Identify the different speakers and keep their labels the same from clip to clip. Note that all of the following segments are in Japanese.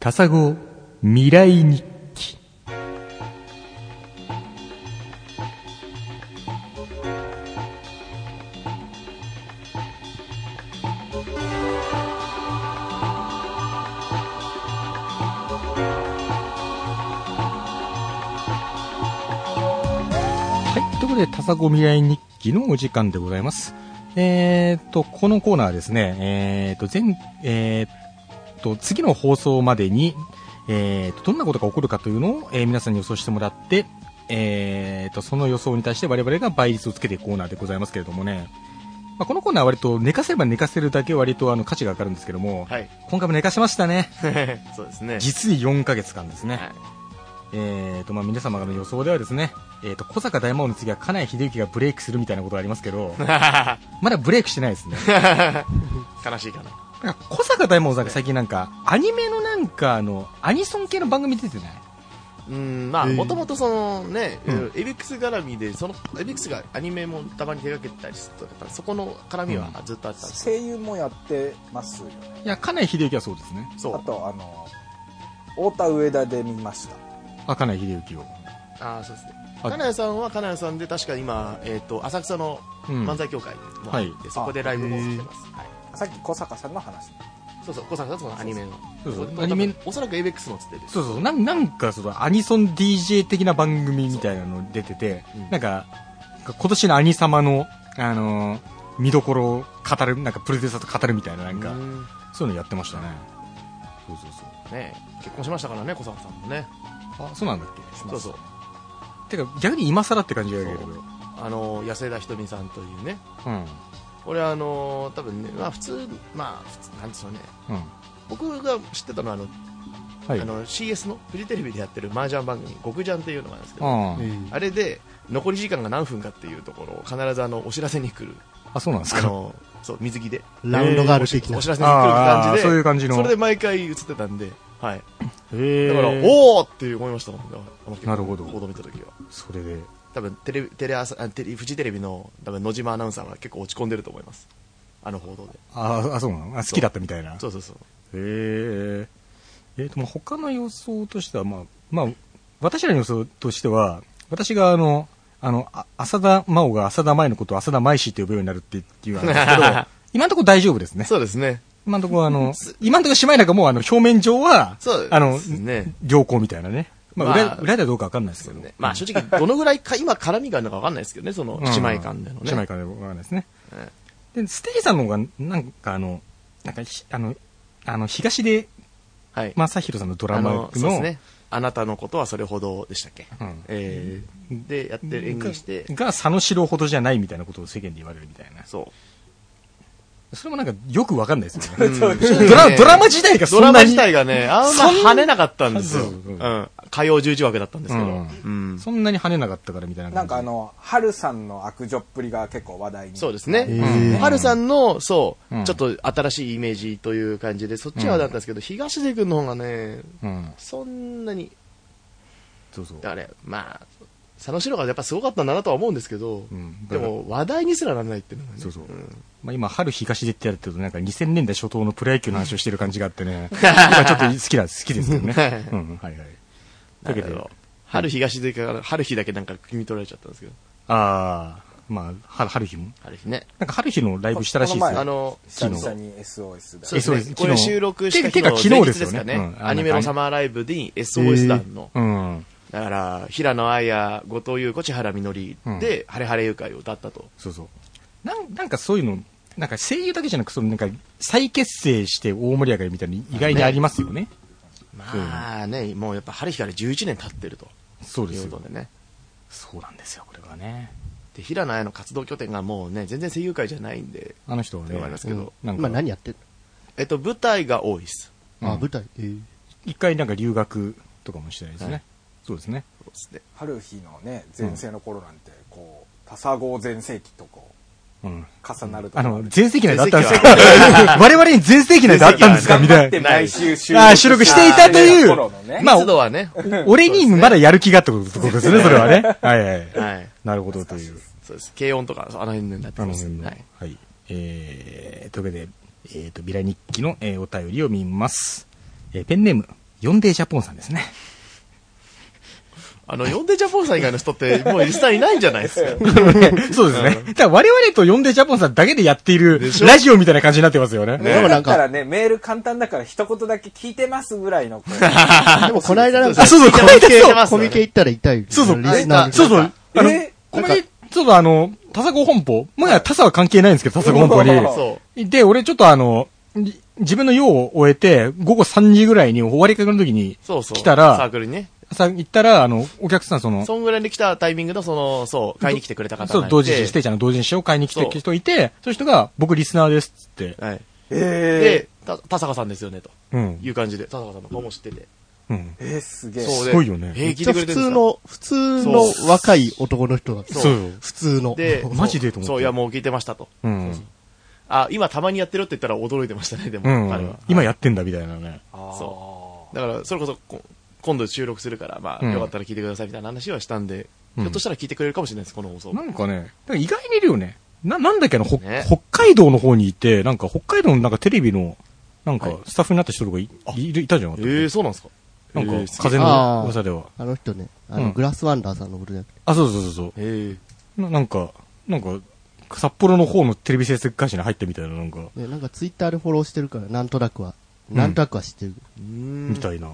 Speaker 1: 笠子未来日記はいということで笠子未来日記のお時間でございますえー、とこのコーナーはですねえー、と前えー、と、次の放送までに、えー、と、どんなことが起こるかというのを、えー皆さんに予想してもらって、えー、と、その予想に対して我々が倍率をつけていくコーナーでございますけれどもね。まあ、このコーナーは割と寝かせれば寝かせるだけ割とあの価値が上がるんですけども、
Speaker 2: はい。
Speaker 1: 今回も寝かしましたね。
Speaker 2: そうですね。
Speaker 1: 実に4ヶ月間ですね。
Speaker 2: はい
Speaker 1: えー、と、まあ、皆様の予想ではですね、えー、と、小坂大魔王の次は金谷秀幸がブレイクするみたいなことがありますけど、 まだブレイクしてないですね。
Speaker 2: 悲しいかな。
Speaker 1: なんか小坂大魔王さんが最近なんか、アニメのなんかあの、アニソン系の番組出てない
Speaker 2: うん、まあ、
Speaker 1: えー
Speaker 2: もともとそのね、
Speaker 1: うん
Speaker 2: エビックス絡みで、その、エビックスがアニメもたまに手掛けたりすると、そこの絡みは
Speaker 1: う
Speaker 2: ずっとあったんですよ
Speaker 3: 声優もやってますよね
Speaker 1: いや、金井秀幸はそうですね。
Speaker 2: そ
Speaker 3: あ
Speaker 2: う。
Speaker 3: とあの太田上田で見ました
Speaker 1: あ、金井秀幸を。
Speaker 2: ああ、そうですね。
Speaker 1: あ
Speaker 2: 金谷さんは金谷さんで、確か今、えっ、と、浅草の
Speaker 1: うん
Speaker 2: 漫才協会もあって、
Speaker 1: は
Speaker 2: そこでライブもしてます。はい。
Speaker 3: さっき小坂さんの話
Speaker 2: そうそう、小坂さんとそのアニメの。
Speaker 1: そうそう
Speaker 2: これ
Speaker 1: アニメ
Speaker 2: おそらくエビックスのつってる。
Speaker 1: そうそう、なんなんかそのアニソン DJ 的な番組みたいなの出てて、
Speaker 2: うん
Speaker 1: なんか、今年のアニ様の、あのー見どころを語る、なんかプロデューサーと語るみたいな、なんか、
Speaker 2: うん
Speaker 1: そういうのやってましたね。そうそうそ
Speaker 2: ね結婚しましたからね、小坂さんもね。
Speaker 1: う。あ、そうなんだっけ
Speaker 3: しま
Speaker 2: そう
Speaker 3: した
Speaker 2: そう。
Speaker 1: てか、逆に今更って感じがあるけど。
Speaker 2: そうあの、安枝ひとみさんというね、
Speaker 1: ん。
Speaker 2: 俺はあのー多分ね、まあ普通、まあ普通、なんでしょうね、
Speaker 1: うん。
Speaker 2: 僕が知ってたのはあの、
Speaker 1: はい。
Speaker 2: あの CS のフジテレビでやってる麻雀番組、極ジャンっていうのがあるんですけど、
Speaker 1: あー
Speaker 2: あれで残り時間が何分かっていうところを必ずあのお知らせに来る、
Speaker 1: あ、そうなんです
Speaker 2: あ
Speaker 1: か。
Speaker 2: のそう水着で
Speaker 4: ラウンドガール的な
Speaker 2: お知らせに来る感
Speaker 1: あー
Speaker 2: じで、
Speaker 1: そういう感じの
Speaker 2: それで毎回映ってたんで、はい、
Speaker 1: へ
Speaker 2: だ
Speaker 1: ー
Speaker 2: から、おーって思いましたもん、だから
Speaker 1: なるほど
Speaker 2: 報道見た時は。
Speaker 1: それで。
Speaker 2: 多分テレビテレ朝あテレフジテレビの多分野島アナウンサーは結構落ち込んでると思います、あの報道で。
Speaker 1: ああ、そうなのあ好きだったみたいな。
Speaker 2: そうそうそう
Speaker 1: へえ。えっ、と、まあ、他の予想としては、まあ、まあ、私らの予想としては、私があの、あの、あ浅田真央が浅田舞のことを浅田舞氏って呼ぶようになるっていうあ れなんですけど、今のところ大丈夫ですね。
Speaker 2: そうですね。
Speaker 1: 今のところあの、今のところ姉妹なんかもうあの、表面上は、
Speaker 2: そう
Speaker 1: あの
Speaker 2: で、すね
Speaker 1: 良好みたいなね。まあ、裏、
Speaker 2: まあ
Speaker 1: 裏ではどうかわかんないですけど。
Speaker 2: まあ正直、どのぐらいか、今絡みがあるのかわかんないですけどね、その、姉妹間でのね。
Speaker 1: 姉妹間でわかんないですね。
Speaker 2: え
Speaker 1: で、ステージさんの方が、なんかあの、なんかひ、あの、あの、東出
Speaker 2: はい。
Speaker 1: 正宏さんのドラ
Speaker 2: あ
Speaker 1: マ
Speaker 2: の
Speaker 1: の、、
Speaker 2: そうですね。あなたのことはそれほどでしたっけ。
Speaker 1: うん
Speaker 2: えーで、やってる演技して、
Speaker 1: が佐野史郎ほどじゃないみたいなことを世間で言われるみたいな
Speaker 2: そ
Speaker 1: それもなんかよくわかんないですよね
Speaker 2: う。
Speaker 1: ドラドラマ自体が
Speaker 2: が
Speaker 1: そ
Speaker 2: ド
Speaker 1: んな
Speaker 2: ラ
Speaker 1: に
Speaker 2: マ自体がね、あんま跳ねなかったんですよ。
Speaker 1: そうううん
Speaker 2: ん。火曜十字枠だったんですけど。
Speaker 1: う
Speaker 2: うんん。
Speaker 1: そんなに跳ねなかったからみたいな
Speaker 3: なんかあ
Speaker 1: 感じ
Speaker 3: の春さんの悪女っぷりが結構話題に
Speaker 2: そうです
Speaker 4: へ
Speaker 2: ね。
Speaker 4: ー
Speaker 2: はるさんの、そ
Speaker 1: うん
Speaker 2: う、ちょっと新しいイメージという感じで、そっちはだったんですけど、東出君の方がね、
Speaker 1: うん
Speaker 2: そんなに
Speaker 1: そうそう
Speaker 2: だから、まあ、佐野史郎がやっぱすごかったんだなとは思うんですけど、
Speaker 1: うん
Speaker 2: でも話題にすらならないっていうのがね。
Speaker 1: そうそうんまあ、今、春東出ってやるってると、なんか2000年代初頭のプロ野球の話をしてる感じがあって ね、まあちょっと好きだ、好きですよね。うん、はいはい。
Speaker 2: だけ
Speaker 1: だけど
Speaker 2: ど、春東でから、春日だけなんか組み取られちゃったんですけど、
Speaker 1: あー、まあ、は春日も。
Speaker 2: 春日ね。
Speaker 1: なんか春日のライブしたらしいです
Speaker 3: この前
Speaker 2: あ
Speaker 1: よ。
Speaker 2: の、
Speaker 3: 久
Speaker 1: 昨
Speaker 3: 々
Speaker 1: 日
Speaker 3: に SOS
Speaker 2: そう
Speaker 3: だ
Speaker 2: です
Speaker 1: えそうです
Speaker 2: ね。これ
Speaker 1: 昨日
Speaker 2: 週録した
Speaker 1: て
Speaker 2: 日
Speaker 1: てか
Speaker 2: の
Speaker 1: 昨日
Speaker 2: 前日
Speaker 1: です
Speaker 2: で
Speaker 1: よ
Speaker 2: す
Speaker 1: ね
Speaker 2: かね。
Speaker 1: うん
Speaker 2: アニメのサマーライブに SOS 団の、
Speaker 1: うん。
Speaker 2: だから、平野綾や後藤優子、千原みのりで、ハレハレ誘拐を歌ったと。
Speaker 1: そうそう。なんなんかそういうの、なんか声優だけじゃなく、そのなんか再結成して大盛り上がりみたいなの意外にありますよね。
Speaker 2: まあね、もうやっぱ春日から11年経ってると
Speaker 1: そうで
Speaker 2: い
Speaker 1: す
Speaker 2: う
Speaker 1: よ
Speaker 2: こと。でね。
Speaker 1: そうなんですよ、これがね。
Speaker 2: で、平野綾の活動拠点がもうね、全然声優界じゃないんで、
Speaker 1: あの人はね、
Speaker 2: わかりますけど
Speaker 1: なん
Speaker 4: 今
Speaker 1: か、
Speaker 4: 何やってる
Speaker 2: えっと、舞台が多いです。
Speaker 1: うん
Speaker 4: あ、舞台。えー
Speaker 1: 一回なんか留学とかもしてないですね。
Speaker 2: はい
Speaker 1: そうですね。
Speaker 2: そうですね
Speaker 3: 春日のね全盛の頃なんてこう多佐号全盛期とこ
Speaker 1: うん。
Speaker 3: う重なると
Speaker 1: あ
Speaker 3: こ
Speaker 1: の、全盛期内だったんです
Speaker 2: 全
Speaker 1: か 我々に全盛期内だったんですかみたい
Speaker 3: で
Speaker 1: な。
Speaker 3: 毎週収
Speaker 1: あー収録していたという
Speaker 3: 頃のね
Speaker 1: まあ
Speaker 2: 密度 はね、
Speaker 1: 俺にまだやる気がってことですね、それはね。はいはい。
Speaker 2: はい。
Speaker 1: なるほどという。
Speaker 2: そうです。軽音とか、あの辺になって
Speaker 1: あの
Speaker 2: ます。
Speaker 1: 辺の。
Speaker 2: は
Speaker 1: はい
Speaker 2: い。。
Speaker 1: えー、というわけで、えっ、と、ビラ日記の、えーお便りを見ます。えーペンネーム、ヨンデージャポンさんです ね。
Speaker 2: あの、呼んでジャポンさん以外の人って、もう実際いないんじゃないです か。
Speaker 1: そうですね。だから我々と呼んでジャポンさんだけでやっている
Speaker 2: でしょ
Speaker 1: ラジオみたいな感じになってますよね。
Speaker 3: メール
Speaker 4: な
Speaker 3: だ
Speaker 4: ん
Speaker 3: っ
Speaker 4: か
Speaker 3: たらね、メール簡単だから一言だけ聞いてますぐらいの 声。
Speaker 4: でもこの間なんか、
Speaker 1: あそうそう
Speaker 4: コ
Speaker 1: こ
Speaker 4: ミ
Speaker 1: の間
Speaker 4: ケ
Speaker 1: そう
Speaker 4: コミケ行ったら痛い。
Speaker 1: そうそう、
Speaker 4: リ
Speaker 1: あ
Speaker 4: スナー
Speaker 1: そうそう、あの
Speaker 3: え、
Speaker 1: ここに、ちょっとあの、田坂本舗、まあ、田坂は関係ないんですけど、田坂本舗
Speaker 3: う
Speaker 1: に。
Speaker 2: そ
Speaker 1: で、俺ちょっとあの、じ自分の用を終えて、午後3時ぐらいに終わりかけの時に
Speaker 2: う。、そうそう。
Speaker 1: 来たら
Speaker 2: サークルにね。
Speaker 1: さ、行ったら、あの、お客さんその、
Speaker 2: そんぐらいに来たタイミングの、その、そう、買いに来てくれた方
Speaker 1: そ
Speaker 2: が
Speaker 1: う、
Speaker 2: いて
Speaker 1: 同時に、ステージの同時にしよう買いに来て
Speaker 2: そう
Speaker 1: る人いて、そういう人が、僕リスナーですっつって、
Speaker 2: はい。
Speaker 3: え
Speaker 2: で、た田坂さんですよね、と
Speaker 1: うん
Speaker 2: い。う感じで、田坂さんの顔も知ってて。
Speaker 1: うん。
Speaker 3: ー、えー、すげえ。
Speaker 2: そうです
Speaker 1: ごいよね
Speaker 2: えー、聞い
Speaker 4: じゃ
Speaker 2: て
Speaker 4: あ
Speaker 2: くれ
Speaker 4: 普
Speaker 2: てる
Speaker 4: 通
Speaker 2: んですか
Speaker 4: の、普通の若い男の人だった。
Speaker 2: そう
Speaker 1: そうよ。
Speaker 4: 普通の。
Speaker 2: で、そう
Speaker 1: マジでと思って
Speaker 2: そう、いや、もう聞いてましたと。
Speaker 1: うん。
Speaker 2: あ、今たまにやってるって言ったら驚いてましたね、でも、
Speaker 1: う
Speaker 2: 彼は
Speaker 1: ん。。今やってんだみたいなね。
Speaker 3: あー
Speaker 2: だから、それこそこ、今度収録するから、まあ、
Speaker 1: うん
Speaker 2: よかったら聞いてくださいみたいな話はしたんで、
Speaker 1: うん
Speaker 2: ひょっとしたら聞いてくれるかもしれないです、この放送。
Speaker 1: なんかね、だから意外にいるよね。な、なんだっけな、ほ
Speaker 2: ね
Speaker 1: 北海道の方にいて、なんか北海道のなんかテレビの、なん
Speaker 2: は
Speaker 1: か
Speaker 2: い
Speaker 1: スタッフになった人とかい,、いるいたじゃな
Speaker 2: え
Speaker 1: かったっけ
Speaker 2: ー、そうなんですか
Speaker 1: なんか
Speaker 2: えーすげえ
Speaker 1: 風の噂では。
Speaker 4: あの人ね、あ
Speaker 1: う
Speaker 4: の、
Speaker 1: ん
Speaker 4: グラスワンダーさんのことじゃなくて。
Speaker 1: あ、そうそうそうそ
Speaker 2: えー
Speaker 1: うな。なんか、なんか、札幌の方のテレビ制作会社に入ったみたいな、なんか、
Speaker 4: ね、なんかツイッターでフォローしてるから、なんとなくは、
Speaker 1: うん
Speaker 4: なんとなくは知ってる。
Speaker 2: うーん
Speaker 1: みたいな。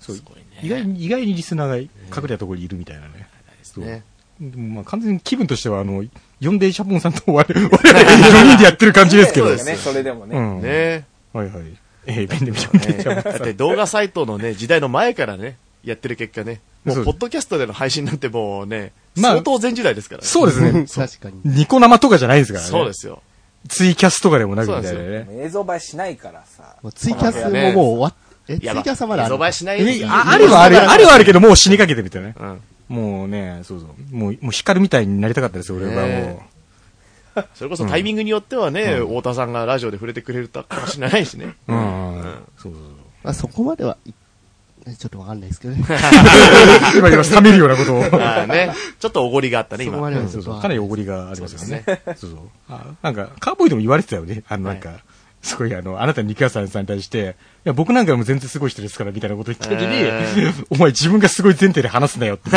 Speaker 2: すごいね。
Speaker 1: 意外に、意外にリスナーが隠れたところにいるみたいなね。そう
Speaker 2: ね。
Speaker 1: でもまあ完全に気分としては、あの、呼んでシャポンさんと我々、我々4人でやってる感じですけど。
Speaker 2: そう
Speaker 1: う
Speaker 2: です
Speaker 3: ね、それでもね。
Speaker 1: ん。
Speaker 2: ね
Speaker 1: はいはい。えー、ペンで見ちゃうんでシャポン
Speaker 2: だ
Speaker 1: さ
Speaker 2: っ
Speaker 1: ん
Speaker 2: て動画サイトのね、時代の前からね、やってる結果ね、も、
Speaker 1: そうう
Speaker 2: ポッドキャストでの配信なんてもうね、
Speaker 1: まあ
Speaker 2: 相当前時代ですからね。
Speaker 1: そうです ね。
Speaker 4: 確かに。
Speaker 1: ニコ生とかじゃないですからね。
Speaker 2: そうですよ。
Speaker 1: ツイキャスとかでもなくみたいなね。
Speaker 3: 映像映えしないからさ。
Speaker 4: もうツイキャスももう終わっ、え、ツイキャスはまだあ
Speaker 2: 映
Speaker 4: る
Speaker 2: 像映えしないです
Speaker 1: え
Speaker 2: よ
Speaker 1: ああるはある、あるはあるけど、もう死にかけてみたいなね。
Speaker 2: うん。
Speaker 1: もうね、そうそう。もう、もう光みたいになりたかったですよ、俺はも
Speaker 2: ねそれこそタイミングによってはね、太田さんがラジオで触れてくれたかもしれないしね。
Speaker 1: う。うん。そうそう
Speaker 4: まあ、そこまではい、ねちょっとわかんないですけどね。
Speaker 1: そう。今、今、冷めるようなことを。
Speaker 2: ああね。 ちょっとおごりがあったね、
Speaker 4: そ
Speaker 2: 今
Speaker 4: こ。まで
Speaker 1: う
Speaker 4: は
Speaker 1: ん
Speaker 4: ち
Speaker 1: そ
Speaker 4: ょ
Speaker 1: う
Speaker 4: っ
Speaker 1: そう
Speaker 4: と。
Speaker 1: かなりおごりがありますよね。そうそう。あなんか、カーボーイでも言われてたよね。あの、なんか、すごい、あの、あなた肉屋さんさんに対して、いや、僕なんかよりも全然すごい人ですから、みたいなこと言った時
Speaker 2: う
Speaker 1: に、お前自分がすごい前提で話すなよって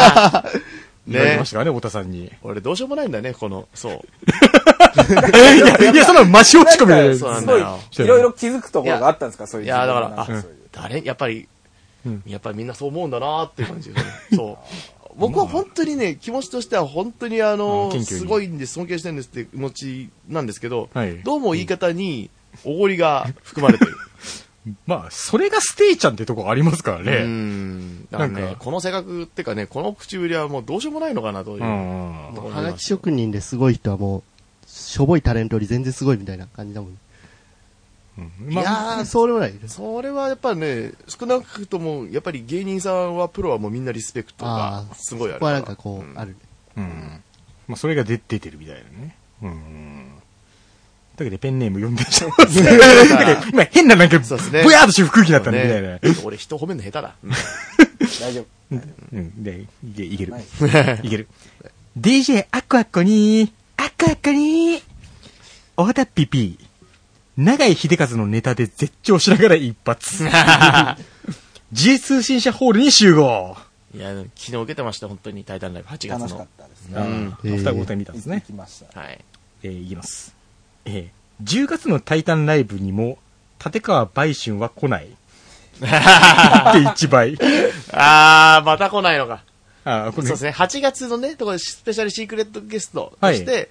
Speaker 1: 言われて
Speaker 2: ね
Speaker 1: ましたからね、太田さんに。
Speaker 2: 俺どうしようもないんだね、この、そう。
Speaker 1: えいや、いや、その、マシ落ち込みで。
Speaker 2: そうなん
Speaker 3: す
Speaker 2: だ
Speaker 3: ごい
Speaker 2: よ、
Speaker 3: いろいろ気づくところがあったんですか、そういう
Speaker 2: い
Speaker 3: 自分
Speaker 2: や、だか
Speaker 3: のなん
Speaker 2: ら、あ
Speaker 3: そういう、
Speaker 2: 誰やっぱり
Speaker 1: うん、
Speaker 2: やっぱりみんなそう思うんだなっていう感 じでね。そう。僕は本当にね、気持ちとしては本当にあ
Speaker 1: うん
Speaker 2: の、
Speaker 1: 謙虚に
Speaker 2: すごいんです、尊敬してるんですって気持ちなんですけど
Speaker 1: はい、
Speaker 2: どうも言い方に、おごりが含まれてる。
Speaker 1: まあ、それがステイちゃんってとこありますから
Speaker 2: う
Speaker 1: ね。
Speaker 2: ん。だから
Speaker 1: なん
Speaker 2: ね
Speaker 1: か、
Speaker 2: この性格ってかね、この口ぶりはもうどうしようもないのかなという。
Speaker 1: うん
Speaker 2: ところ
Speaker 4: は
Speaker 2: があり
Speaker 4: が
Speaker 2: ま
Speaker 4: き
Speaker 2: すよ
Speaker 4: 職人ですごい人はもう、しょぼいタレントより全然すごいみたいな感じだもん。
Speaker 1: うん
Speaker 2: い
Speaker 1: ま
Speaker 2: や
Speaker 1: あ
Speaker 2: ー
Speaker 4: あ、そうでもない。
Speaker 2: それはやっぱね、少なくとも、やっぱり芸人さんはプロはもうみんなリスペクトが
Speaker 4: ああ、
Speaker 2: すごいあ
Speaker 4: そ
Speaker 2: る
Speaker 4: こはなんか
Speaker 2: う
Speaker 4: こう、あるね。
Speaker 1: うん。まあ、それが出出てるみたいなね。うん。だけど、ペンネーム読んでしま う。だけど今、変ななんか、ぼ
Speaker 2: そうですね
Speaker 1: やーっとした空気だったね、みたいな
Speaker 2: ね
Speaker 1: ね。、
Speaker 2: 俺人褒めるの下手だ。
Speaker 3: 大丈夫。
Speaker 1: うん。で、いけいける。
Speaker 3: ない
Speaker 1: いける。DJ アコアコにー、アコアコにー、太田ピピー。長井秀和のネタで絶頂しながら一 発。G 通信社ホールに集合。
Speaker 2: いや、昨日受けてました、本当に、タイタンライブ、8月
Speaker 3: 楽しか
Speaker 2: の
Speaker 3: っ。たです
Speaker 1: う
Speaker 3: ね。
Speaker 1: ん。
Speaker 4: へー
Speaker 1: 双子で見たんですね
Speaker 3: 行。きました。
Speaker 2: はい。
Speaker 1: えーいきます。えー10月のタイタンライブにも、立川売春は来ない。1.1倍。
Speaker 2: あー、また来ないのか。
Speaker 1: あー、こ
Speaker 2: そう
Speaker 1: れ、
Speaker 2: ですね、8月のね、ところでスペシャルシークレットゲストと
Speaker 1: はい
Speaker 2: して、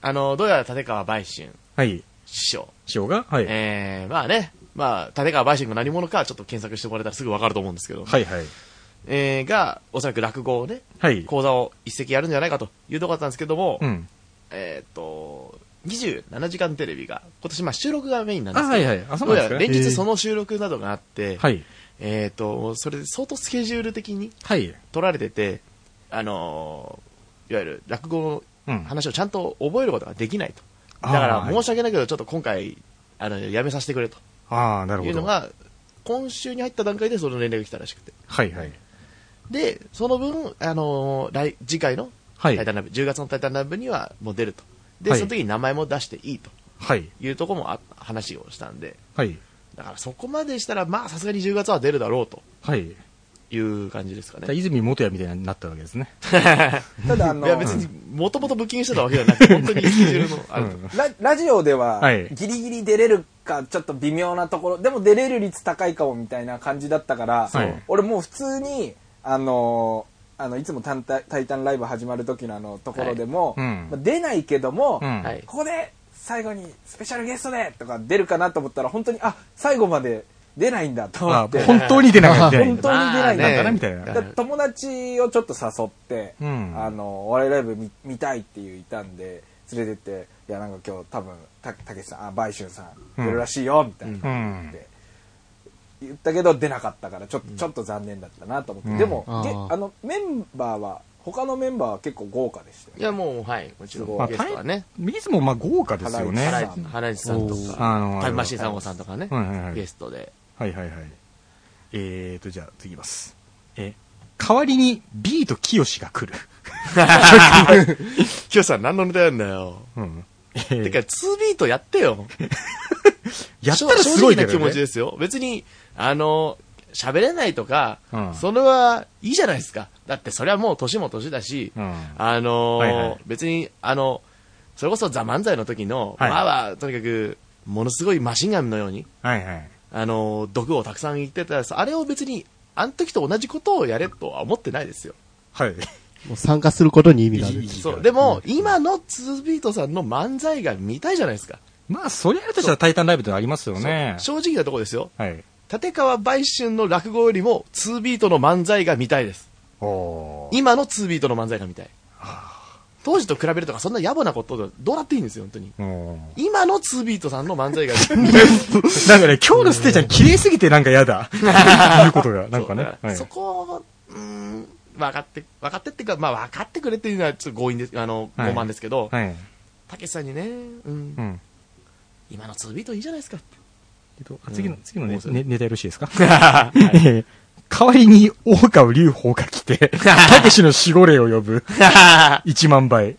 Speaker 2: あの、どうやら立川売春
Speaker 1: はい。
Speaker 2: 師匠。
Speaker 1: 師匠が、はい。
Speaker 2: えー、まあね、まあ、立川売春が何者か、ちょっと検索してもらえたらすぐわかると思うんですけど、
Speaker 1: はいはい。
Speaker 2: えー、が、おそらく落語をね、
Speaker 1: はい。
Speaker 2: 講座を一席やるんじゃないかというところだったんですけども、
Speaker 1: うん。
Speaker 2: えーっと、27時間テレビが、今年まあ収録がメインなんで
Speaker 1: あ、
Speaker 2: すけど、
Speaker 1: はいはい。あ、そう
Speaker 2: ど
Speaker 1: な
Speaker 2: う
Speaker 1: です
Speaker 2: んや
Speaker 1: からね
Speaker 2: 連日その収録などがあって、
Speaker 1: はい。
Speaker 2: えーっと、それで相当スケジュール的に
Speaker 1: はい。
Speaker 2: 取られてて、あのーいわゆる落語
Speaker 1: う
Speaker 2: の
Speaker 1: ん。
Speaker 2: 話をちゃんと覚えることができないと。
Speaker 1: あー
Speaker 2: だから申し訳ないけど、ちょっと今回、あの、やめさせてくれと
Speaker 1: ああ、なる
Speaker 2: い
Speaker 1: ほ
Speaker 2: うの
Speaker 1: ど。
Speaker 2: が、今週に入った段階でその連絡が来たらしくて。
Speaker 1: はいはい。
Speaker 2: で、その分、あのー来、次回の
Speaker 1: は
Speaker 2: タイ
Speaker 1: い
Speaker 2: タ。ンライブ、10月のタイタンライブにはもう出ると。で、
Speaker 1: はい
Speaker 2: その時に名前も出していいと
Speaker 1: はい。
Speaker 2: いうところもあ話をしたんで、
Speaker 1: はい。
Speaker 2: だからそこまでしたら、まあさすがに10月は出るだろうと
Speaker 1: はい。じ
Speaker 2: いう感じですか
Speaker 1: ゃあ、
Speaker 2: ね。
Speaker 1: 泉元也みたいになったわけですね。
Speaker 3: ただあ
Speaker 2: い
Speaker 3: の
Speaker 2: や別に、もともとブッキングしてたわけじゃなくて、本当にスケジュールの、あの、
Speaker 3: ララジオでは
Speaker 1: はい
Speaker 3: ギリギリ出れるかちょっと微妙なところでも出れる率高いかもみたいな感じだったから、
Speaker 1: はい
Speaker 3: 俺もう普通にあのーあのいつもタンタ「タイタンライブ」始まる時のあのところでも、
Speaker 1: はいうん
Speaker 3: まあ出ないけども、
Speaker 1: うん。
Speaker 2: はい
Speaker 3: ここで最後にスペシャルゲストでとか出るかなと思ったら本当にあ最後まで出ないんだと思
Speaker 1: あ
Speaker 3: って。
Speaker 1: 本当に出なかっ た。
Speaker 3: 本当に出な
Speaker 2: まあね
Speaker 3: いんだ
Speaker 1: なんだなみたいな
Speaker 2: だか
Speaker 3: だ
Speaker 2: ら
Speaker 3: 友達をちょっと誘って、
Speaker 1: うん
Speaker 3: あのお笑いライブ見見たいっていういたんで連れてって「いやなんか今日多分たたけしさんあ売春さ
Speaker 1: うん
Speaker 3: ん出るらしいよ」みたいな、
Speaker 1: うん
Speaker 3: で言ったけど出なかったからちょ,、ちょっと残念だったなと思って、でも
Speaker 4: あー
Speaker 3: げあのメンバーは他のメンバーは結構豪華でしたよ
Speaker 2: いやもう、はい、もちろ
Speaker 1: まあ
Speaker 2: ん、ゲストはね、
Speaker 1: いつもまあ豪華ですよね。
Speaker 2: ハ
Speaker 3: ハラ
Speaker 2: ラ
Speaker 3: イ
Speaker 2: イ
Speaker 3: チ
Speaker 2: チハライチさんと
Speaker 4: お
Speaker 2: か、
Speaker 1: ーあの
Speaker 2: タイムマシーン3号さんとかね
Speaker 1: はいはいはい、
Speaker 2: ゲストで。
Speaker 1: はいはいはい。えーと、じゃあ次いきます。え、代わりに B と清が来る。
Speaker 2: キヨさん何のネタやんだよ。
Speaker 1: うん。
Speaker 2: てか、2ビートやってよ。
Speaker 1: やったらすごいけど、ね、
Speaker 2: 正直な気持ちですよ。別に、あの、喋れないとか、
Speaker 1: うん
Speaker 2: それはいいじゃないですか。だってそれはもう年も年だし、
Speaker 1: うん
Speaker 2: あの、
Speaker 1: はいはい
Speaker 2: 別に、あの、それこそザ・漫才の時の、
Speaker 1: はい
Speaker 2: まあは、とにかく、ものすごいマシンガンのように、
Speaker 1: はいはい。
Speaker 2: あの、毒をたくさん言ってたやつ、あれを別に、あの時と同じことをやれとは思ってないですよ。
Speaker 1: はい。
Speaker 4: もう参加することに意味があ
Speaker 1: いい
Speaker 4: る
Speaker 1: い。い
Speaker 2: そう。でも、今の2ビートさんの漫才が見たいじゃないですか。
Speaker 1: まあ、それやるとしたらタイタンライブってのありますよね。
Speaker 2: 正直なところですよ。
Speaker 1: はい。
Speaker 2: 立川売春の落語よりも2ビートの漫才が見たいです。
Speaker 1: お
Speaker 2: 今の2ビートの漫才が見たい。当時と比べるとかそんな野暮なことどうだっていいんですよ、本当に。
Speaker 1: お
Speaker 2: 今の2ビートさんの漫才が
Speaker 1: なんかね、今日のステージは綺麗すぎてなんか嫌 だ。いうことが、なんかね。はい
Speaker 2: そこを、うーん、分かって、分かってっていうか、まあ分かってくれっていうのはちょっと強引です、あの、
Speaker 1: はい
Speaker 2: 傲慢ですけど、
Speaker 1: はい。
Speaker 2: たけしさんにね、うん
Speaker 1: う、ん。
Speaker 2: 今の2ビートいいじゃないですかって。
Speaker 1: えっと、あ次の、
Speaker 2: うん
Speaker 1: 次の
Speaker 2: も
Speaker 1: ね
Speaker 2: うそれ
Speaker 1: ねネタよろしいですか
Speaker 2: はい
Speaker 1: えー 代わりに、大川隆法が来て、たけしの守護霊を呼ぶ。1万倍。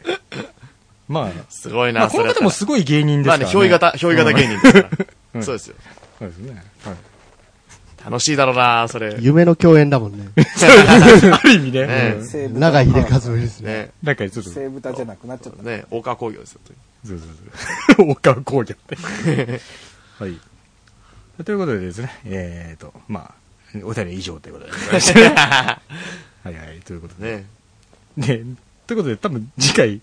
Speaker 1: まあ、
Speaker 2: すごい
Speaker 1: まあ、
Speaker 2: な、
Speaker 1: この
Speaker 2: だっ
Speaker 1: 方
Speaker 2: た
Speaker 1: も
Speaker 2: ら
Speaker 1: すごい芸人です
Speaker 2: ま
Speaker 1: か
Speaker 2: あ
Speaker 1: ら、ね。
Speaker 2: ね、憑依型、憑依型芸人ですから。そうですよ。
Speaker 1: そうですね。はい。
Speaker 2: 楽しいだろうな、それ。
Speaker 4: 夢の共演だもんね。
Speaker 1: ある意味ね。
Speaker 2: ね
Speaker 1: うん
Speaker 3: 西武
Speaker 4: 長井秀和ですね。
Speaker 2: ね。
Speaker 1: なんか、ちょっと、そう
Speaker 3: 西武豚じゃなくなっちゃった、
Speaker 2: ね、大川工業ですよ。
Speaker 1: そうそう。大川工業って。はい。ということでですね、えっ、ー、と、まあ、お便り以上ということで。 はいはい、ということで。
Speaker 2: ね。
Speaker 1: で、ということで、多分次回、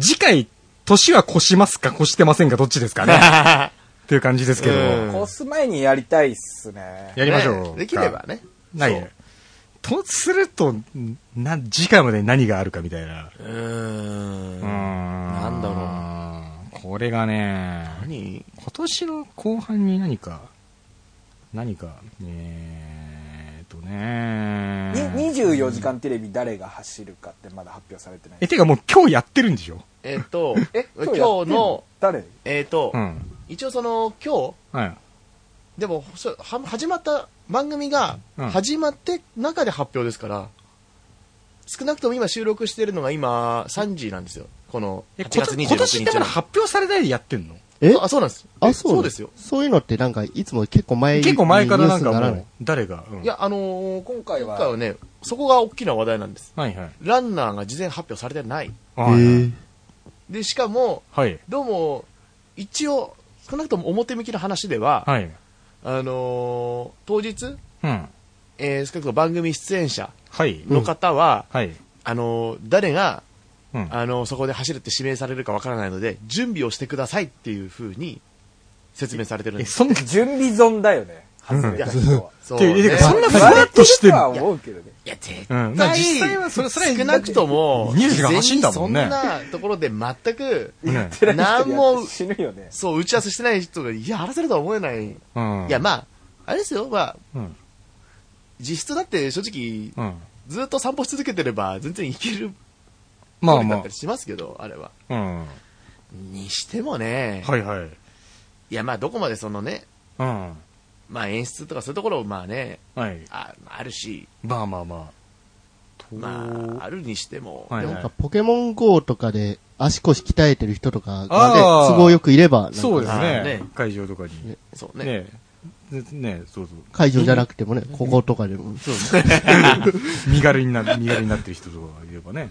Speaker 1: 次回、年は越しますか越してませんかどっちですか ねという感じですけども、
Speaker 2: うん
Speaker 3: コース前にやりたいっすね
Speaker 1: やりましょうか、
Speaker 2: ねできればね。
Speaker 1: ない
Speaker 2: そう
Speaker 1: ね。とすると、んな、次回まで何があるかみたいな。
Speaker 2: うーん。
Speaker 1: な
Speaker 2: なんだろう
Speaker 1: う。これがね、
Speaker 2: 何
Speaker 1: 今年の後半に何か、何か、えーっとね
Speaker 3: に24時間テレビ誰が走るかってまだ発表されてない、
Speaker 1: え、てかもう今日やってるんでしょ
Speaker 2: えっと
Speaker 3: え
Speaker 2: 今
Speaker 3: や
Speaker 2: 日
Speaker 3: ってん
Speaker 2: の、
Speaker 3: 誰
Speaker 2: えっと
Speaker 1: う、ん。
Speaker 2: 一応その、今日、
Speaker 1: はい。
Speaker 2: でも、そうは始まった番組が
Speaker 1: うん、
Speaker 2: 始まって中で発表ですから、少なくとも今収録してるのが今、3時なんですよ。この、
Speaker 1: え、
Speaker 2: 8
Speaker 1: 今
Speaker 2: 月26
Speaker 1: 年
Speaker 2: 日
Speaker 1: 今年ってま
Speaker 2: の
Speaker 1: だ。発表されないでやってんの
Speaker 4: え
Speaker 2: あ、そうなんです。
Speaker 4: あ、
Speaker 2: え
Speaker 4: そう
Speaker 2: そうですよ。
Speaker 4: そういうのってなんか、いつも結構前に
Speaker 1: 結構前からなんか
Speaker 4: ニュースに
Speaker 1: も
Speaker 4: ならな
Speaker 1: う
Speaker 4: い、
Speaker 1: 誰が、うん
Speaker 2: い、や、あのー今
Speaker 3: 回は
Speaker 2: 今回はね、そこが大きな話題なんです。
Speaker 1: はいはい。
Speaker 2: ランナーが事前発表されてない。
Speaker 1: はい
Speaker 4: へー
Speaker 2: で、しかも、
Speaker 1: はい。
Speaker 2: どうも、一応、少なくとも表向きの話では、
Speaker 1: はい。
Speaker 2: あのー当日、
Speaker 1: うん。
Speaker 2: えー少なくとも番組出演者
Speaker 1: はい。
Speaker 2: の方は、
Speaker 1: はい。
Speaker 2: あのー誰が、
Speaker 1: うん。
Speaker 2: あのーそこで走るって指名されるかわからないので、準備をしてくださいっていうふうに説明されてるん
Speaker 1: え、
Speaker 2: です。
Speaker 1: そんな、
Speaker 3: 準備損だよね外れた人は
Speaker 2: そ
Speaker 1: っていう
Speaker 2: ね
Speaker 1: てかそんな
Speaker 3: 言われるとは思うけどね
Speaker 2: いや、絶
Speaker 1: うん。まあ
Speaker 2: 対、
Speaker 1: 実際は、それ、それ
Speaker 2: 少なくとも、
Speaker 1: ニュースが走んだもんね
Speaker 2: 事前にそんなところで全く、
Speaker 1: ね
Speaker 3: 言ってな
Speaker 2: な
Speaker 3: い人
Speaker 2: んも
Speaker 3: 死ぬよね
Speaker 2: そう、打ち合わせしてない人が、いや、やらせるとは思えない。い
Speaker 1: うん。
Speaker 2: や、まあ、あれですよ、まあ、
Speaker 1: うん。
Speaker 2: 実質だって正直、
Speaker 1: うん。
Speaker 2: ずっと散歩し続けてれば、全然いける
Speaker 1: ま
Speaker 2: 距
Speaker 1: あ
Speaker 2: 離だ
Speaker 1: ま
Speaker 2: ったりしますけど、あれは。
Speaker 1: あ。うん。
Speaker 2: にしてもね、
Speaker 1: はいはい。
Speaker 2: いや、まあ、どこまでそのね、
Speaker 1: うん。
Speaker 2: まあ、演出とかそういうところを、まあね、
Speaker 1: はい。
Speaker 2: ああるし、
Speaker 1: まあまあまあ。と
Speaker 2: まあ、あるにしても、
Speaker 1: はい
Speaker 2: で
Speaker 4: なん
Speaker 2: も
Speaker 4: かポケモン GO とかで足腰鍛えてる人とかがね
Speaker 1: あー
Speaker 4: 都合よくいれば、なんか
Speaker 1: そうです
Speaker 2: あー
Speaker 1: ね
Speaker 2: ね。
Speaker 1: 会場とかに。
Speaker 2: そうね
Speaker 1: ね。ね、そう そう。
Speaker 4: 会場じゃなくてもね、こことかでも。
Speaker 1: そうね身軽にな、身軽になってる人とかいればね。